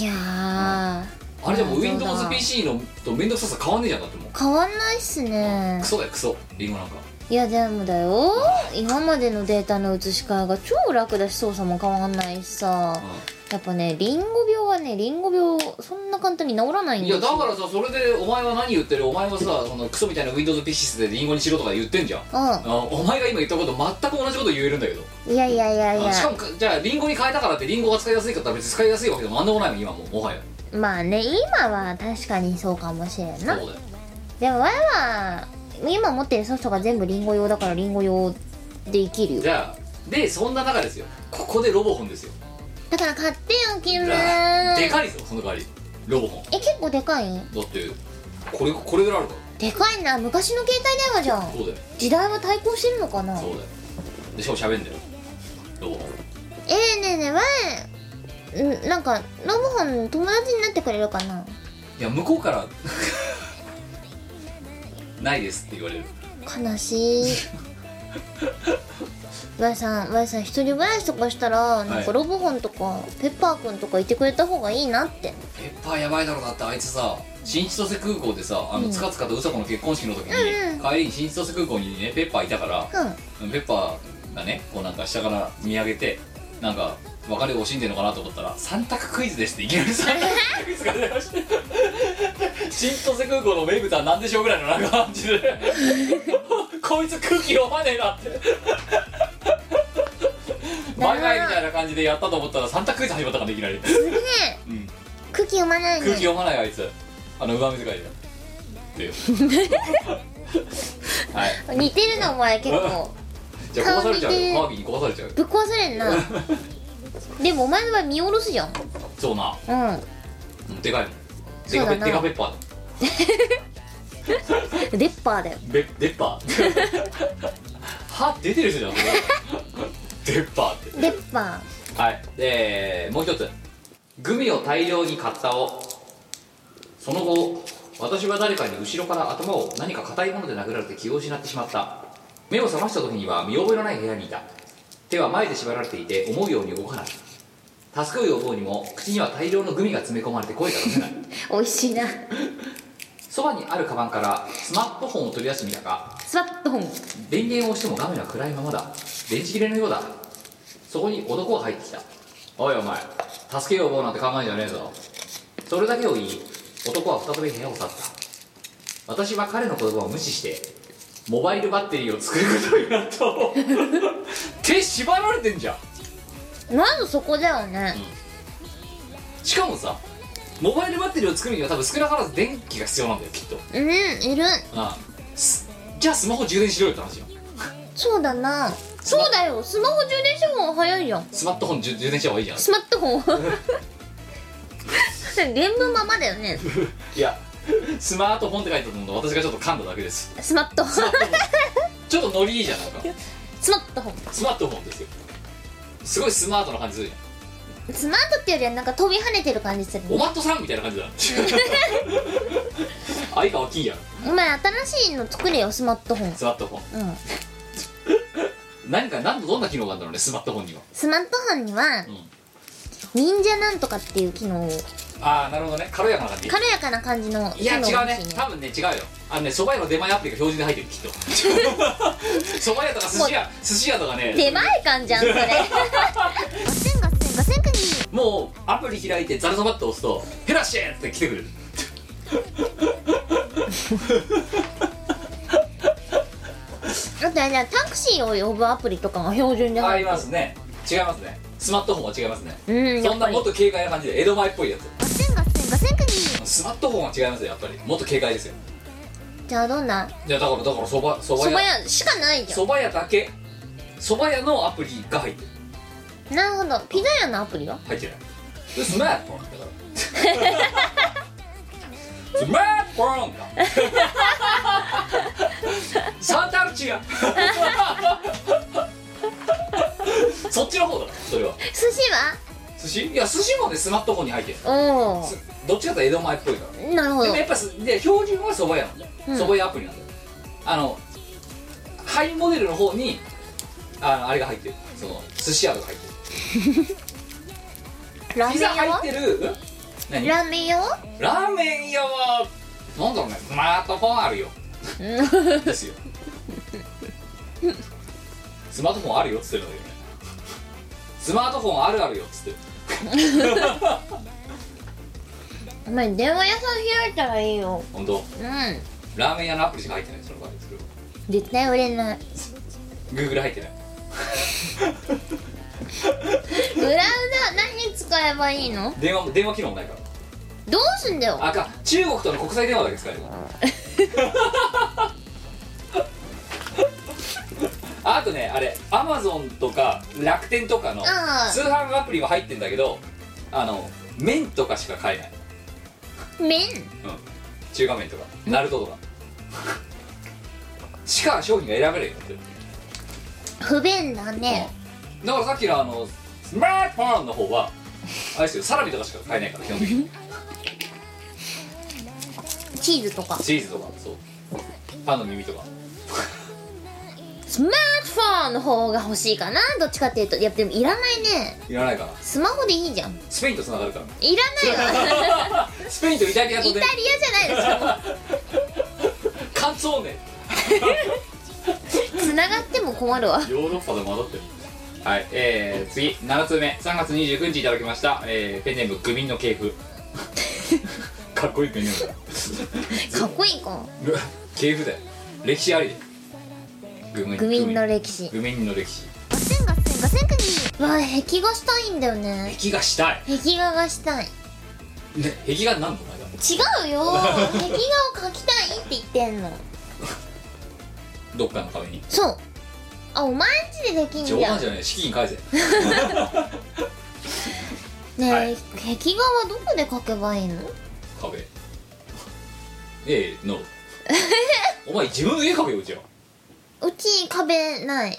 Speaker 2: いやー
Speaker 1: あれでも
Speaker 2: うんそうだ
Speaker 1: WindowsPC のと面倒くささ変わんねえじゃんだってもう
Speaker 2: 変わんないっすね
Speaker 1: クソだよクソリンゴなんか
Speaker 2: いやでもだよ今までのデータの移し替えが超楽だし操作も変わんないしさ
Speaker 1: う
Speaker 2: やっぱねリンゴ病はねリンゴ病そんな簡単に治らないん
Speaker 1: ん
Speaker 2: で
Speaker 1: い
Speaker 2: す
Speaker 1: や
Speaker 2: よ
Speaker 1: だからさそれでお前は何言ってるお前はさそのクソみたいな WindowsPC でリンゴにしろとか言ってんじゃん
Speaker 2: う
Speaker 1: あお前が今言ったこと全く同じこと言えるんだけど
Speaker 2: んいやいやいやい
Speaker 1: あしか
Speaker 2: や
Speaker 1: もかじゃあリンゴに変えたからってリンゴが使いやすいかって言ったら別に使いやすいわけでもなんでもないの今もうもはや
Speaker 2: まあね今は確かにそうかもしれん
Speaker 1: そうだ
Speaker 2: な
Speaker 1: よ
Speaker 2: でもわいは今持ってるソフトが全部リンゴ用だからリンゴ用で生きるよ
Speaker 1: じゃあでそんな中ですよここでロボホンですよ
Speaker 2: だから買ってよキム
Speaker 1: で
Speaker 2: え
Speaker 1: かいですよその代わりロボホン
Speaker 2: 結構でかい
Speaker 1: だってこれこれぐらいあるか
Speaker 2: でかいな昔の携帯電話じゃ
Speaker 1: ら
Speaker 2: ん
Speaker 1: そうだよ
Speaker 2: 時代は対抗してるのかな
Speaker 1: そうだよでしかも喋んだよロボホン
Speaker 2: えー、ねえねえわえんなんかロボホン友達になってくれるかない
Speaker 1: や向こうから ないですって言われる
Speaker 2: 悲しい わいさんわいさん一人暮らしとかしたらなんかロボホンとかペッパーくんとかいてくれた方がいいなって
Speaker 1: ペッパーやばいだろうなってあいつさ新千歳空港でさあのつかつかとうさこの結婚式の時に、
Speaker 2: うん
Speaker 1: 帰りに新千歳空港にねペッパーいたから
Speaker 2: うん
Speaker 1: ペッパーがねこうなんか下から見上げてなんか別れを惜しんでるのかなと思ったら「三択クイズです」っていきなり 三択クイズが出ました新千歳空港の名物は何でしょうぐらいのなんか感じで こいつ空気読まねえなってバイバイみたいな感じでやったと思ったら三択クイズ始まったからいきなり、
Speaker 2: すげえ
Speaker 1: うん
Speaker 2: 空気読まない
Speaker 1: 空気
Speaker 2: ね
Speaker 1: 読まないあいつあの上目遣いだよって いうはい
Speaker 2: 似てるなお前結構
Speaker 1: じゃあ壊されちゃう
Speaker 2: 顔見て
Speaker 1: よバービーに壊されちゃうよ
Speaker 2: ぶっ壊されん なでもお前の場合見下ろすじゃん
Speaker 1: そうな
Speaker 2: う
Speaker 1: うんでかいもん
Speaker 2: そ
Speaker 1: デ
Speaker 2: う
Speaker 1: カ
Speaker 2: だ
Speaker 1: ペ
Speaker 2: な
Speaker 1: デカペッパーだ
Speaker 2: んデッパーだよ
Speaker 1: ベデッパー 歯出てる人じゃんそれデッパーって
Speaker 2: デッパ
Speaker 1: はいでもう一つグミを大量に買ったをその後私は誰かに後ろから頭を何か硬いもので殴られて気を失ってしまった目を覚ました時には見覚えのない部屋にいた手は前で縛られていて思うように動かない助けを呼ぼうにも口には大量のグミが詰め込まれて声が出せない
Speaker 2: ー美味しいな
Speaker 1: そばにあるカバンからスマートフォンを取り出してみたが
Speaker 2: スワットホン
Speaker 1: 電源を押しても画面は暗いままだ電池切れのようだそこに男が入ってきたおいお前助けようもうなんて考えじゃねえぞそれだけを言い男は再び部屋を去った私は彼の言葉を無視してモバイルバッテリーを作ることになった手縛られてんじゃん
Speaker 2: まずそこだよね
Speaker 1: しかもさモバイルバッテリーを作るには多分少なからず電気が必要なんだよきっと
Speaker 2: うんいる
Speaker 1: ああすじゃあスマホ充電しろよって話よ
Speaker 2: そうだなそうだよスマホ充電した方が早いじゃん
Speaker 1: スマートフォン充充電した方がいいじゃん
Speaker 2: スマートフ ォン原文ままだよね
Speaker 1: いや、スマートフォンって書いてあったの私がちょっと噛んだだけです。
Speaker 2: スマットフォン
Speaker 1: ちょっとノリいいじゃん、なんか。
Speaker 2: スマットフォ
Speaker 1: スマートフォンですよ。すごいスマートな感じするじ
Speaker 2: ンスマートってよりはなんか飛び跳ねてる感じする
Speaker 1: ゃん。おまっとさんみたいな感 じだ。相川金やん、
Speaker 2: お前新しいの作れよスマートフォン
Speaker 1: スマートフォン。
Speaker 2: うん
Speaker 1: 何か、何のどんな機能があるんだろうね、スマートフォンには。
Speaker 2: スマートフォンには
Speaker 1: うん
Speaker 2: 忍者なんとかっていう機能を
Speaker 1: ああ、なるほどね。軽やかな感じ。
Speaker 2: 軽やかな感じの
Speaker 1: い
Speaker 2: 機
Speaker 1: や、
Speaker 2: 能
Speaker 1: 違
Speaker 2: が
Speaker 1: う
Speaker 2: 欲
Speaker 1: ね
Speaker 2: しい。ね
Speaker 1: 多分ね、違うよ。あのね、蕎麦屋の出前アプリが表示で入ってる、きっ と。蕎麦屋とか寿司屋、寿司屋とかね。
Speaker 2: 出前感じ ゃんそれ
Speaker 3: ガセンガセンガセンクニー
Speaker 1: もうアプリ開いてザルザバッと押すと「ヘラシェ!」って来てくれる
Speaker 2: あとはねタクシーを呼ぶアプリとかが標準で
Speaker 1: あ
Speaker 2: 入
Speaker 1: り
Speaker 2: って
Speaker 1: ますね違いますねスマートフォンは違いますね
Speaker 2: るうんや
Speaker 1: そ
Speaker 2: っ
Speaker 1: ん
Speaker 2: ぱ
Speaker 1: な
Speaker 2: り
Speaker 1: もっと軽快な感じで江戸前っぽいやつ
Speaker 3: ガセンガセンガセンクニ
Speaker 1: スマットフォンは違いますよやっぱりもっと警戒ですよ
Speaker 2: じゃあどんない
Speaker 1: やだからだからそばそ
Speaker 2: そ
Speaker 1: ば
Speaker 2: ば
Speaker 1: 屋
Speaker 2: 屋しかないじゃ
Speaker 1: そば屋だけそば屋のアプリが入ってる
Speaker 2: んなるほどピザ屋のアプリは
Speaker 1: 入ってないでスマートフォンだからスマートフォンだサンタルチがそっちの方だからそれは
Speaker 2: 寿司は
Speaker 1: 寿司いや寿司もねスマートフォンに入ってる
Speaker 2: お
Speaker 1: すどっちかというと江戸前っぽいから
Speaker 2: おなるほ
Speaker 1: で
Speaker 2: ど
Speaker 1: もやっぱすで標準は蕎麦屋なんだよ
Speaker 2: うん
Speaker 1: 蕎麦屋アプリなんだよあのハイモデルの方にあのあれが入ってるその寿司屋とか入ってるピ
Speaker 2: ラーメ
Speaker 1: ザ
Speaker 2: ン屋は
Speaker 1: 入ってるん何
Speaker 2: ラーメン屋は
Speaker 1: ラーメン屋はなんだろうねスマートフォンあるよですよスマートフォンあるよっつってるんだけどねスマートフォンあるあるよっつってる
Speaker 2: お前電話屋さん開いたらいいよ
Speaker 1: 本当
Speaker 2: うん
Speaker 1: ラーメン屋のアプリしか入ってないその場合それは
Speaker 2: 絶対売れない
Speaker 1: Google 入ってない
Speaker 2: ブ ラウザ何使えばいいの
Speaker 1: 電話も電話機能もないから
Speaker 2: どうすんだよ
Speaker 1: あか中国との国際電話だけ使えるからあとねあれアマゾンとか楽天とかの
Speaker 2: あー
Speaker 1: 通販アプリは入ってんだけどあの麺とかしか買えない、
Speaker 2: 麺
Speaker 1: うん、中華麺とかナルトとかしか商品が選べないよって
Speaker 2: 不便だね
Speaker 1: だからさっきのあのスマートフォンの方はあれですよサラミとかしか買えないから基本的に
Speaker 2: チーズとか
Speaker 1: チーズとかそうパンの耳とか
Speaker 2: スマートフォンの方が欲しいかなどっちかっていうといやでもいらないね
Speaker 1: いらないかな
Speaker 2: スマホでいいじゃん
Speaker 1: スペインとつながるから
Speaker 2: いらないわ
Speaker 1: スペインとイタリアと
Speaker 2: イ
Speaker 1: で
Speaker 2: タリアじゃない
Speaker 1: カツオーネ
Speaker 2: ですつながっても困るわ
Speaker 1: ヨーロッパで混ざってるはいえー、次7通目3月29日いただきました、えー、ペンネーム愚民の系 譜かっこいいペンネームだ
Speaker 2: かっこいいか
Speaker 1: うわ系譜だよ歴史ありで愚民
Speaker 2: 愚民の歴史
Speaker 1: 愚民の歴史
Speaker 3: ガセンガセンガセンクニ
Speaker 2: わあ壁画したいんだよね
Speaker 1: 壁がしたい、
Speaker 2: 壁画がしたい
Speaker 1: ね、壁が何の前だ
Speaker 2: 違う よ壁画を描きたいって言ってんの
Speaker 1: どっかの壁に
Speaker 2: そうあお前んちでできん
Speaker 1: 冗
Speaker 2: じゃ
Speaker 1: 談
Speaker 2: ん
Speaker 1: じゃない資金返せ
Speaker 2: ねえ、
Speaker 1: はい
Speaker 2: 壁画はどこで描けばいいの
Speaker 1: 壁ええ ノーお前自分の家壁よじゃあ
Speaker 2: うち壁ない違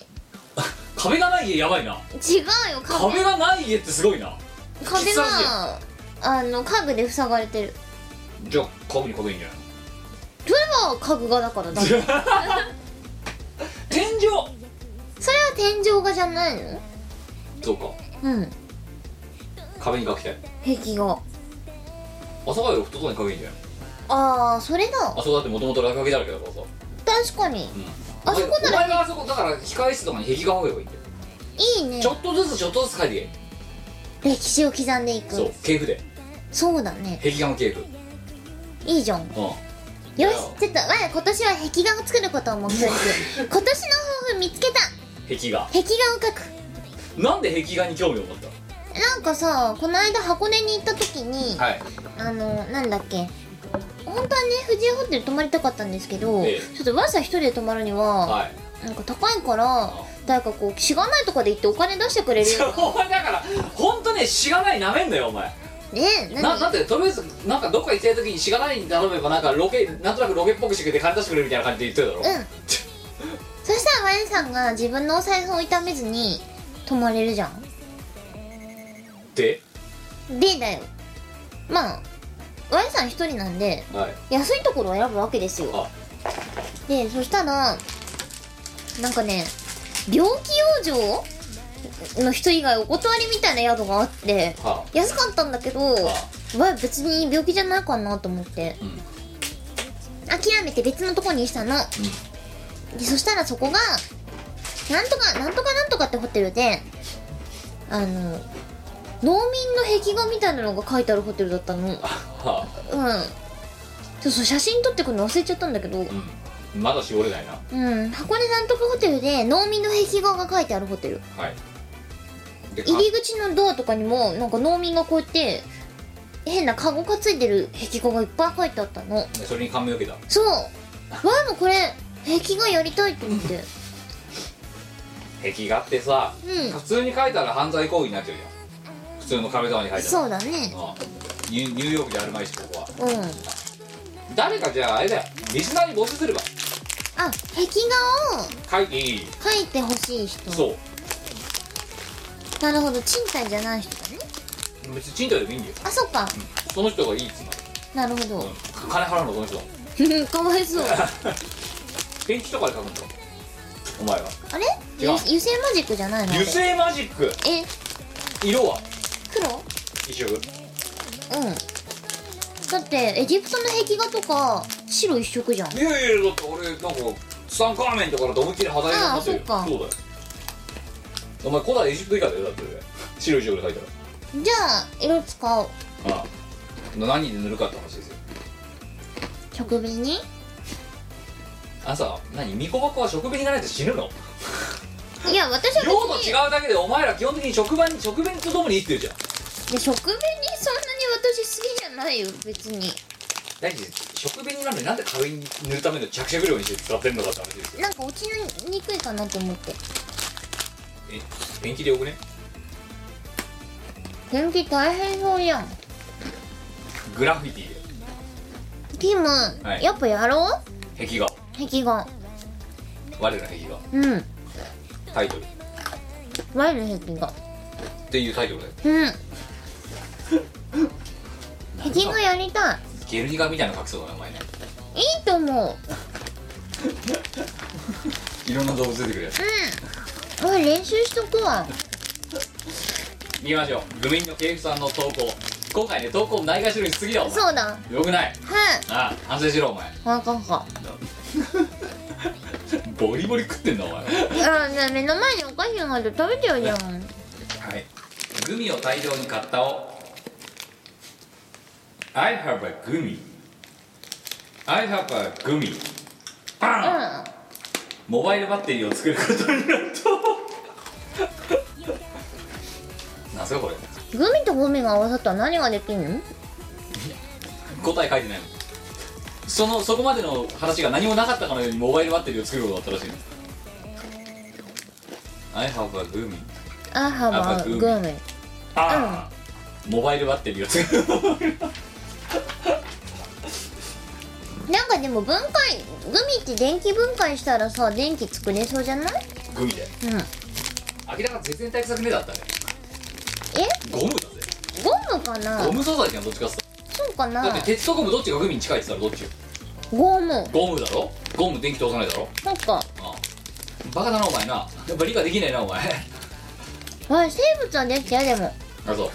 Speaker 1: 壁がない家やばいな
Speaker 2: うよ壁
Speaker 1: 壁がない家ってすごいな
Speaker 2: 壁
Speaker 1: 喫茶店
Speaker 2: はあの家具で塞がれてる
Speaker 1: じゃあ家具に家具いいんじゃない
Speaker 2: それは家具がだからだってそれは
Speaker 1: 天井
Speaker 2: 天井画じゃないの
Speaker 1: そうか
Speaker 2: うん
Speaker 1: 壁に書きたい
Speaker 2: 壁画
Speaker 1: 朝霞より太そうに書けばいいんじゃない
Speaker 2: ああそれだ
Speaker 1: あそこだってもともと落書きだらけだからさ、
Speaker 2: 確かに
Speaker 1: うん、
Speaker 2: あそこなら
Speaker 1: お前があそこだから控室とかに壁画描けばいいんだよ、
Speaker 2: いいね
Speaker 1: ちょっとずつちょっとずつ描いていけ
Speaker 2: 歴史を刻んでいく
Speaker 1: そう系譜で
Speaker 2: そうだね
Speaker 1: 壁画の系譜うん
Speaker 2: いいじゃんよしちょっとわや今年は壁画を作ることを目標にす る今年の抱負見つけた
Speaker 1: 壁画
Speaker 2: 壁画を描く
Speaker 1: なんで壁画に興味を持った
Speaker 2: なんかさこの間箱根に行った時に、
Speaker 1: はい
Speaker 2: あのなんだっけ本当はね富士屋ホテル泊まりたかったんですけど、
Speaker 1: ええ
Speaker 2: ちょっとわざ一人で泊まるには、
Speaker 1: はい
Speaker 2: なんか高いから誰かこうしがないとかで行ってお金出してくれるよ
Speaker 1: お前だから本当ねしがないなめんだよお前
Speaker 2: ね
Speaker 1: な
Speaker 2: え
Speaker 1: だ
Speaker 2: 何
Speaker 1: ってとりあえずなんかどっか行きたい時にしがないに頼めばなんかロケなんとなくロケっぽくしてくれて金出してくれるみたいな感じで言ってるだろ、
Speaker 2: うんそしたらワイさんが自分のお財布を痛めずに泊まれるじゃん
Speaker 1: で、
Speaker 2: でだよまあワイさん一人なんで
Speaker 1: はい、
Speaker 2: 安いところを選ぶわけですよ
Speaker 1: あ
Speaker 2: でそしたらなんかね病気養生の人以外お断りみたいな宿があって
Speaker 1: は
Speaker 2: 安かったんだけど
Speaker 1: あは
Speaker 2: わ別に病気じゃないかなと思って
Speaker 1: あうん
Speaker 2: 諦めて別のとこにしたの、でそしたらそこがなんとかなんとかなんとかってホテルであの農民の壁画みたいなのが書いてあるホテルだったのうん
Speaker 1: はあ
Speaker 2: そうそう写真撮ってくるの忘れちゃったんだけどう
Speaker 1: うんまだ絞れないな。
Speaker 2: ん箱根なんとかホテルで農民の壁画が書いてあるホテル
Speaker 1: はい。で、か
Speaker 2: 入り口のドアとかにもなんか農民がこうやって変なカゴがついてる壁画がいっぱい書いてあったの
Speaker 1: それに感銘を受けた
Speaker 2: そうわいもこれ壁画やりたいと思って
Speaker 1: 壁画ってさ、
Speaker 2: うん
Speaker 1: 普通に書いたら犯罪行為になっちゃうじゃん普通の壁とかに書いたら
Speaker 2: そうだね
Speaker 1: ああニュニューヨークじゃあるまいしここは
Speaker 2: うん
Speaker 1: 誰かじゃああれだよリスナーに募集すれば
Speaker 2: あ壁画
Speaker 1: 書
Speaker 2: を
Speaker 1: いていい
Speaker 2: 書いてほしい人
Speaker 1: そう
Speaker 2: なるほど賃貸じゃない人だね
Speaker 1: 別に賃貸でもいいんだよ
Speaker 2: あそっか
Speaker 1: その人がいいっつうの
Speaker 2: なるほど、
Speaker 1: うん金払うのこの人
Speaker 2: かわいそう
Speaker 1: ペンキとかで書くんだろお前は
Speaker 2: あれ
Speaker 1: 違
Speaker 2: ゆ
Speaker 1: う
Speaker 2: 油性マジックじゃないのあれ
Speaker 1: 油性マジック
Speaker 2: え
Speaker 1: 色は
Speaker 2: 黒
Speaker 1: 一色
Speaker 2: うんだってエジプトの壁画とか白一色じゃん
Speaker 1: いやいやだって俺なんかツタンカーメンとかだと思いっきり肌色になってるよ
Speaker 2: ああそ
Speaker 1: そうだよお前古代エジプト以下だよだって白い色で書いた
Speaker 2: じゃあ色使おう
Speaker 1: らああ何で塗るかって話ですよ
Speaker 2: 食紅に
Speaker 1: あさ何ミコバコは食紅がないと死ぬの
Speaker 2: いや私は別
Speaker 1: 用途
Speaker 2: に
Speaker 1: 違うだけでお前ら基本的に食紅食紅とともに生きてるじゃん
Speaker 2: いや食紅そんなに私好きじゃないよ別に
Speaker 1: 何食紅なのになんで壁に塗るための着色料にして使ってんのかって話ですよ
Speaker 2: なんか落ちにくいかなと思って
Speaker 1: えペンキでよくね
Speaker 2: ペンキ大変そうじゃん
Speaker 1: グラフィティ
Speaker 2: ピム、
Speaker 1: はい
Speaker 2: やっぱやろう
Speaker 1: で壁画
Speaker 2: 壁画
Speaker 1: 我ら壁画
Speaker 2: うん
Speaker 1: タイトルっ
Speaker 2: 前の壁画
Speaker 1: ていうタイトルだよ
Speaker 2: うん壁画やりたい
Speaker 1: ゲルニカみたいなの書きそうだなお前ね
Speaker 2: いいと思う
Speaker 1: いろんな動物出てくるやつ
Speaker 2: うんおい練習しとくわ
Speaker 1: 見ましょうグミンの警部さんの投稿今回ね投稿ないがしろにしすぎだお前
Speaker 2: そうだはい
Speaker 1: よくないああ反省しろお前
Speaker 2: あかんか
Speaker 1: ボリボリ食ってんだお前
Speaker 2: あね目の前にお菓子があると食べちゃうじゃん
Speaker 1: はい。グミを大量に買ったを。I have a gummy. I have a gummy. バン、
Speaker 2: う
Speaker 1: モバイルバッテリーを作ることにな った。なんすかこれ。
Speaker 2: んグミとゴミが合わさったら何ができんの
Speaker 1: 答え書いてないもん。そのそこまでの話が何もなかったかのようにモバイルバッテリーを作ることだったらしいの。I have a gummy.
Speaker 2: あは
Speaker 1: あ
Speaker 2: ば
Speaker 1: グ
Speaker 2: グ
Speaker 1: ミ
Speaker 2: ミ
Speaker 1: あーモバイルバッテリーを作る。
Speaker 2: なんかでも分解グミって電気分解したらさ電気作れそうじゃない
Speaker 1: グミで。
Speaker 2: うん
Speaker 1: 明らかに絶対対策ねだったね。
Speaker 2: え
Speaker 1: ゴムだぜ。
Speaker 2: ゴムかな
Speaker 1: ゴム素材じゃんどっちかっつった
Speaker 2: そうか
Speaker 1: らだ
Speaker 2: な
Speaker 1: って鉄とゴムどっちがグミに近いって言ったらどっちよ
Speaker 2: ゴム
Speaker 1: ゴムだろゴム電気通さないだろ
Speaker 2: そっか
Speaker 1: ああバカだなお前なやっぱ理解できねえなお前
Speaker 2: わい生物はできたよでも
Speaker 1: あそう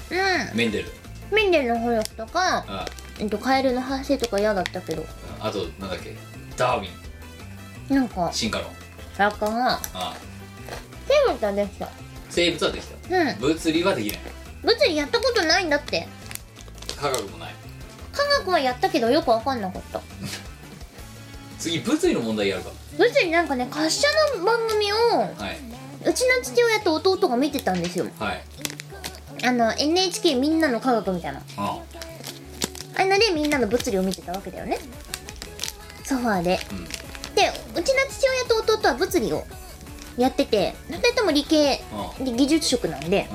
Speaker 2: う
Speaker 1: メンデル
Speaker 2: んメンデルの捕力とか、
Speaker 1: あ
Speaker 2: えっと、カエルの発生とか嫌だったけど
Speaker 1: あとなんだっけダーウィン
Speaker 2: なんか
Speaker 1: 進化論
Speaker 2: 楽観が
Speaker 1: ああ
Speaker 2: 生物はできた
Speaker 1: 生物はできた
Speaker 2: うん
Speaker 1: 物理はできない
Speaker 2: 物理やったことないんだって
Speaker 1: 科学もない
Speaker 2: 科学はやったけどよく分かんなかった
Speaker 1: 次物理の問題やるか
Speaker 2: 物理なんかね滑車の番組を
Speaker 1: はいう
Speaker 2: ちの父親と弟が見てたんですよ
Speaker 1: はい
Speaker 2: あの NHK みんなの科学みたいな
Speaker 1: あ
Speaker 2: あれのでみんなの物理を見てたわけだよねソファーで、
Speaker 1: うん
Speaker 2: でうちの父親と弟は物理をやってて2人とも理系
Speaker 1: あ
Speaker 2: で技術職なんで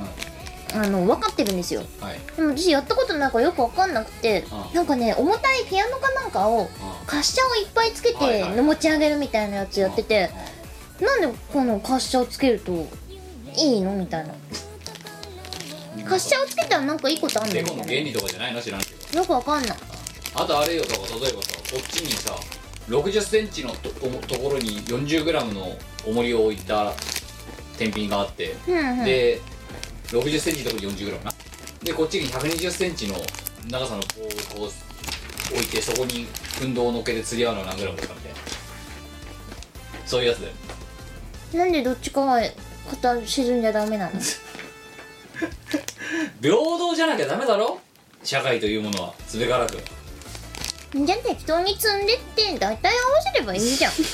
Speaker 1: あ
Speaker 2: あの分かってるんですよ
Speaker 1: うんはい
Speaker 2: でも私やったことないからよく分かんなくて
Speaker 1: うん
Speaker 2: なんかね重たいピアノかなんかを
Speaker 1: あ
Speaker 2: 滑車をいっぱいつけ
Speaker 1: はい
Speaker 2: て
Speaker 1: はい
Speaker 2: 持ち上げるみたいなやつ
Speaker 1: あ
Speaker 2: やってて
Speaker 1: ああ
Speaker 2: なんでこの滑車をつけるといいのみたいな滑車をつけたらなんかいいことあんの
Speaker 1: レ
Speaker 2: み
Speaker 1: ゴの
Speaker 2: た
Speaker 1: 原
Speaker 2: い
Speaker 1: 理とかじゃないの知らんけど
Speaker 2: なよく分かんない
Speaker 1: あとあれよだから例えばさこっちにさ60センチのとこところに40グラムの重りを置いた天秤があって、
Speaker 2: うんうん
Speaker 1: で60センチのところに40グラムなでこっちに120センチの長さの棒をこう置いてそこに運動を乗っけて釣り合うのは何グラムですかみたいなそういうやつだよ
Speaker 2: なんでどっちかは片沈んじゃダメ なの
Speaker 1: 平等じゃなきゃダメだろ社会というものはすべからく
Speaker 2: じゃあ適当に積んでって大体合わせればいいじ ゃんそれ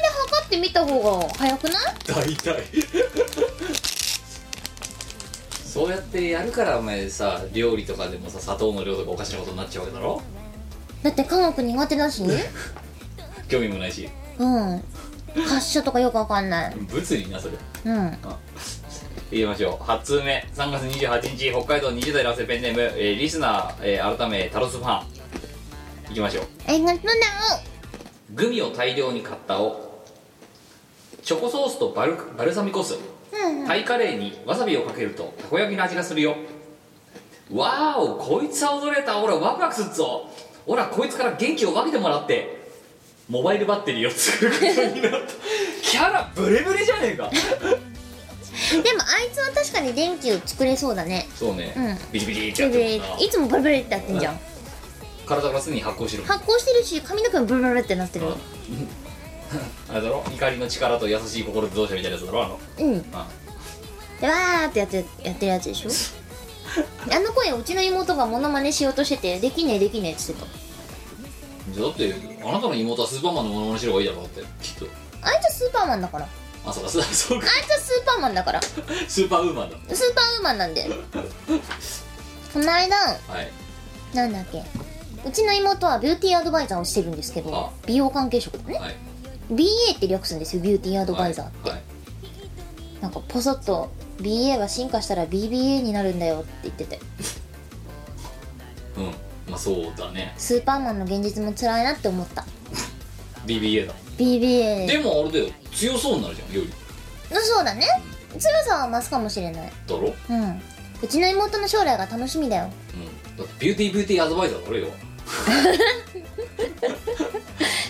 Speaker 2: で測ってみた方が早くない
Speaker 1: 大体そそうやってやるからお前さ料理とかでもさ砂糖の量とかおかしなことになっちゃうわけだろ
Speaker 2: だって科学苦手だし
Speaker 1: 興味もないし
Speaker 2: うん発射とかよくわかんない
Speaker 1: 物理なそれ
Speaker 2: うん
Speaker 1: 言いましょう8通目3月28日北海道20代男性ペンネーム、えーリスナー、えー改めタロスファンいきましょう
Speaker 2: ありがとう
Speaker 1: グミを大量に買ったをチョコソースとバルバルサミコ酢タイカレーにわさびをかけるとたこ焼きの味がするよわーおこいつは踊れた俺ワクワクすっぞ俺はこいつから元気を分けてもらってモバイルバッテリーを作ることになった キャラブレブレじゃねえか
Speaker 2: でもあいつは確かに電球作れそうだね
Speaker 1: そうね、
Speaker 2: うん
Speaker 1: ビリビリって
Speaker 2: ブ
Speaker 1: や
Speaker 2: ル
Speaker 1: っ
Speaker 2: ブル
Speaker 1: て
Speaker 2: い
Speaker 1: る
Speaker 2: つもブルブルってやってんじゃん
Speaker 1: 体からすでに発酵してる
Speaker 2: 発酵してるし髪の毛もブルブルってなってる
Speaker 1: あれだろ怒りの力と優しい心と同社みたいなやつだろあの
Speaker 2: うん
Speaker 1: あ
Speaker 2: でわーってやってやってるやつで しょあの声をうちの妹がモノマネしようとしててできねえできねえっつって
Speaker 1: じゃあだってあなたの妹はスーパーマンのものまねしろがいいだろうってきっと
Speaker 2: たあいつスーパーマンだからあ
Speaker 1: あそうか そうかそうか
Speaker 2: いつスーパーマンだからスー
Speaker 1: スーパーウーマンだ
Speaker 2: パーウーマンなんだよこの間
Speaker 1: はい
Speaker 2: なんだっけうちの妹はビューティーアドバイザーをしてるんですけど
Speaker 1: あ
Speaker 2: 美容関係職だね
Speaker 1: はい
Speaker 2: BA って略すんですよビューティーアドバイザーって、
Speaker 1: はい
Speaker 2: なんかポソッと BA は進化したら BBA になるんだよって言ってて
Speaker 1: うんまあそうだね
Speaker 2: スーパーマンの現実も辛いなって思った
Speaker 1: BBA だ
Speaker 2: BBA
Speaker 1: でもあれだよ強そうになるじゃんより
Speaker 2: うんそうだね強さは増すかもしれない
Speaker 1: だろうん
Speaker 2: うんうちの妹の将来が楽しみだよ
Speaker 1: だってビューティービューティーアドバイザーだろよ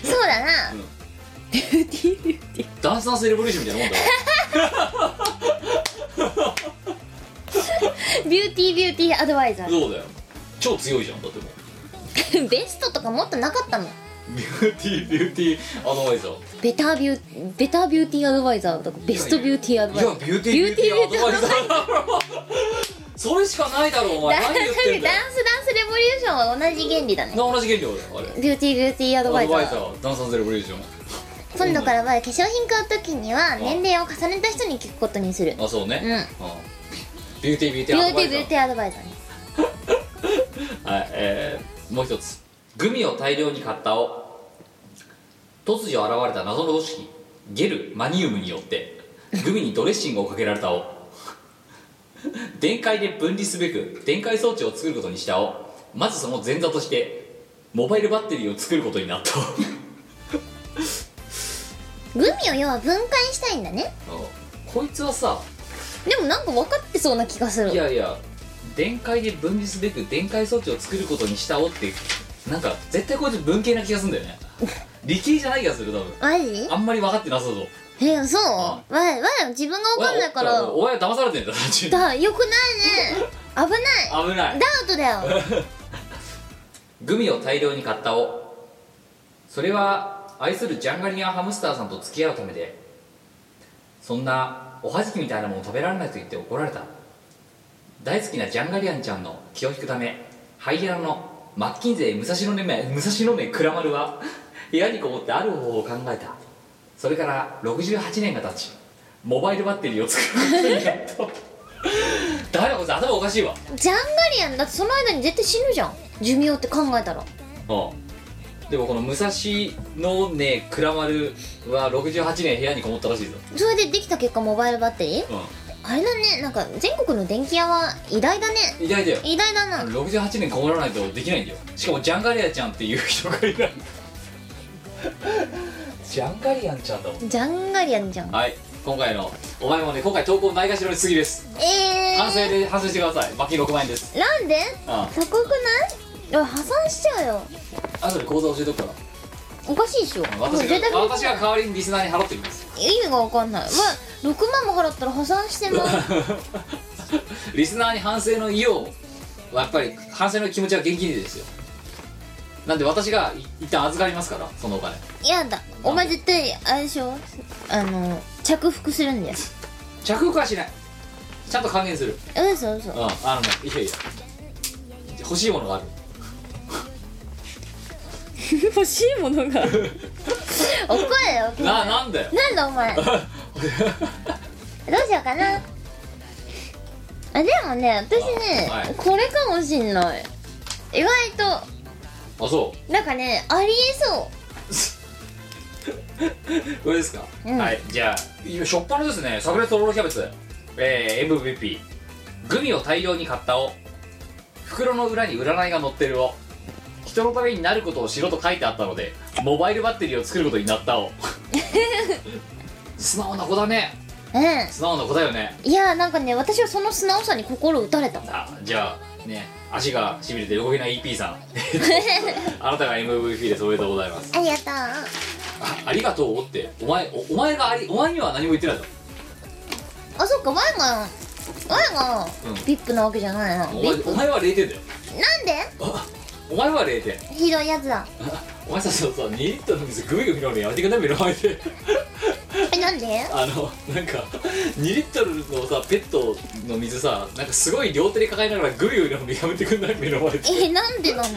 Speaker 2: そうだな、
Speaker 1: うん
Speaker 2: ビューティービューティー
Speaker 1: ダンスダンスレボリューションみたいなもんだよ
Speaker 2: ビューティービューティーアドバイザ ー
Speaker 1: そうだよ超強いじゃんだってもう
Speaker 2: ベストとかもっとなかったの
Speaker 1: ビューティービューティーアドバイザー
Speaker 2: ベタービューベタービューティーアドバイザーとかベストビューティーアドバイザー
Speaker 1: いやビューティービューティーアドバイザーだろそれしかないだろ お前
Speaker 2: ダ ン
Speaker 1: 何言ってんだよ
Speaker 2: ダンスダンスレボリューションは同じ原理だね
Speaker 1: 同じ原料だよあれ
Speaker 2: ビューティービューティーアドバ
Speaker 1: ア
Speaker 2: イ
Speaker 1: ド
Speaker 2: ザ
Speaker 1: バイ
Speaker 2: ー
Speaker 1: ザーダンサーズレボリューショ
Speaker 2: 今度からは化粧品買う時には年齢を重ねた人に聞くことにする
Speaker 1: ンあそうね
Speaker 2: うん
Speaker 1: ビューティービューテ
Speaker 2: ビ
Speaker 1: ィー
Speaker 2: ュ
Speaker 1: アド
Speaker 2: ーテ
Speaker 1: バ
Speaker 2: ィ
Speaker 1: イ
Speaker 2: ービ
Speaker 1: ザ
Speaker 2: ューティーアドバイザーね
Speaker 1: ーはいえーもう一つグミを大量に買ったを突如現れた謎の組織ゲルマニウムによってグミにドレッシングをかけられたを電解で分離すべく電解装置を作ることにしたをまずその前座としてモバイルバッテリーを作ることにな ったを
Speaker 2: グミを要は分解したいんだね
Speaker 1: こいつはさ
Speaker 2: でもなんか分かってそうな気がする
Speaker 1: いやいや電解で分離すべく電解装置を作ることにしたおってなんか絶対こいつ文系な気がするんだよ ね理系じゃない気がする多分
Speaker 2: マジ
Speaker 1: あんまり分かってなさそう
Speaker 2: えそうわいわい自分が分かんないから
Speaker 1: お前お前は騙されてんだ単純に
Speaker 2: だよくないね危ない
Speaker 1: 危な
Speaker 2: ダ
Speaker 1: い
Speaker 2: ウトだよ
Speaker 1: グミを大量に買ったおそれは愛するジャンガリアンハムスターさんと付き合うためでそんなおはじきみたいなもの食べられないと言って怒られた大好きなジャンガリアンちゃんの気を引くためハイエナのマッキンゼー武蔵野目武蔵野目蔵丸は 部屋にこもってある方法を考えたそれから68年が経ちモバイルバッテリーを作ることになった だめだこいつ頭おかしいわ
Speaker 2: ジャンガリアンだってその間に絶対死ぬじゃん寿命って考えたら
Speaker 1: うんでもこの武蔵野ね蔵丸は68年部屋にこもったらしいぞ、
Speaker 2: それでできた結果モバイルバッテリー
Speaker 1: う
Speaker 2: あれだねなんか全国の電気屋は偉大だね
Speaker 1: ん、意外だよ
Speaker 2: 偉大だな
Speaker 1: 68年こもらないとできないんだよしかもジャンガリアンちゃんっていう人がいないジャンガリアンちゃんだもん
Speaker 2: ジャンガリアンじゃん
Speaker 1: はい今回のお前もね今回投稿ないがしろにすぎです
Speaker 2: え
Speaker 1: 反省
Speaker 2: ー
Speaker 1: で反省してください罰金6万円です
Speaker 2: なんで
Speaker 1: あ
Speaker 2: 高くないおい破産しちゃうよ
Speaker 1: あとで口座教えとくから
Speaker 2: おかしいでしょ
Speaker 1: うん私
Speaker 2: もう絶対
Speaker 1: が
Speaker 2: 不
Speaker 1: 私が代わりにリスナーに払ってきます
Speaker 2: 意味がわかんない、まあ、6万も払ったら破産し てます
Speaker 1: リスナーに反省の意をやっぱり反省の気持ちは現金でですよなんで私がい一旦預かりますからそのお金
Speaker 2: やだお前絶対あれでしょあの着服するんだよ
Speaker 1: 着服はしないちゃんと還元する
Speaker 2: うそ嘘
Speaker 1: うんあのねいやいや欲しいものがある
Speaker 2: 欲しいものが怒れよ君
Speaker 1: ななんだよ
Speaker 2: なんだお前どうしようかなああでもね私ね、
Speaker 1: はい
Speaker 2: これかもしんない意外
Speaker 1: あそ
Speaker 2: となんかねありえそう
Speaker 1: これですか、
Speaker 2: うん
Speaker 1: はいじゃあしょっぱなですね桜とろろキャベツえー、MVP グミを大量に買ったを袋の裏に占いが載ってるを人のためになることをしろと書いてあったのでモバイルバッテリーを作ることになったを素直な子だね
Speaker 2: うう
Speaker 1: 素直な子だよね
Speaker 2: んいやなんかね私はその素直さに心打たれた
Speaker 1: さあじゃあね足がしびれて動けない EP さん あなたが MVP ですおめでとうございます
Speaker 3: ありがとう
Speaker 1: あありがとうってお前おお前がありお前には何も言ってないだろ
Speaker 2: あそっか前が前が
Speaker 1: うん
Speaker 2: VIP なわけじゃないな、
Speaker 1: お前
Speaker 2: VIP
Speaker 1: お
Speaker 2: なん
Speaker 1: 前は0点だよ
Speaker 2: で
Speaker 1: あお前は0点
Speaker 2: ひどいやつだ
Speaker 1: お前さそうそう2リットルの水グビグビ飲むのやめてください目の前で
Speaker 2: えなんで
Speaker 1: あのなんか2リットルのさペットの水さなんかすごい両手で抱えながらグビグビ飲むのやめてくんない目の前で
Speaker 2: えなんでなの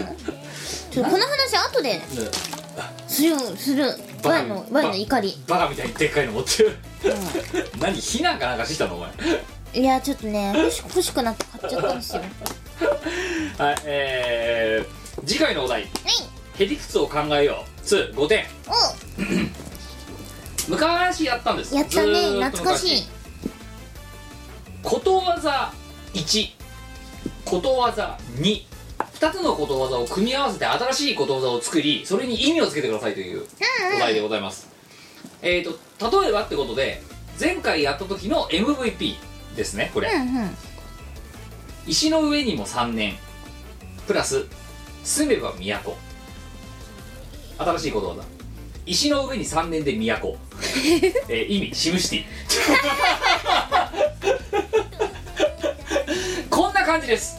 Speaker 2: ちょこの話後でするする
Speaker 1: バ
Speaker 2: ワイのワイの怒り
Speaker 1: バカみたいにでっかいの持ってる何火なんかなんかしてきたのお前
Speaker 2: いやちょっとね欲し欲しくなって買っちゃったんですよ
Speaker 1: はい、えー、次回のお題へりくつを考えよう25点
Speaker 2: お
Speaker 1: 昔やったんです
Speaker 2: やった
Speaker 1: ず
Speaker 2: ね
Speaker 1: ーっと
Speaker 2: 懐かしい
Speaker 1: 昔ことわざ1ことわざ22つのことわざを組み合わせて新しいことわざを作りそれに意味をつけてくださいというお題でございます、えっ、ー、と例えばってことで前回やった時の MVP ですねこれ、
Speaker 2: うんうん
Speaker 1: 石の上にも3年プラス住めば都新しい言葉だ石の上に3年で 都えー意味シムシティこんな感じです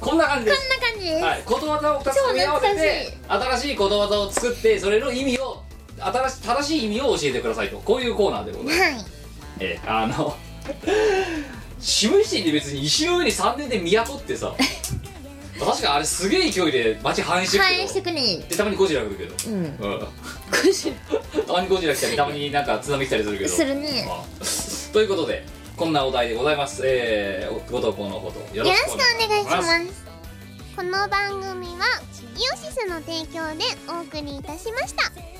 Speaker 1: こんな感じです
Speaker 3: こんな感じです、
Speaker 1: はい、ことわざを2つ組み合わせて新しいことわざを作ってそれの意味を新し正しい意味を教えてくださいとこういうコーナーでございます
Speaker 3: はい
Speaker 1: えーあのシムシティで別に石の上に3年で都って さ確かあれすげえ勢いで街反映してる
Speaker 2: 反映
Speaker 1: け
Speaker 2: して
Speaker 1: ど
Speaker 2: くね
Speaker 1: でたまにゴジラ来るけど
Speaker 2: う
Speaker 1: う
Speaker 2: ん
Speaker 1: んたまにゴジラ来たりたまになんか津波来たりするけど
Speaker 2: するね
Speaker 1: あ ということでこんなお題でございますえー、ご投稿のほど
Speaker 3: よ
Speaker 1: よ
Speaker 3: ろしくお願いし
Speaker 1: お願いしま
Speaker 3: ますこの番組はイオシスの提供でお送りいたしました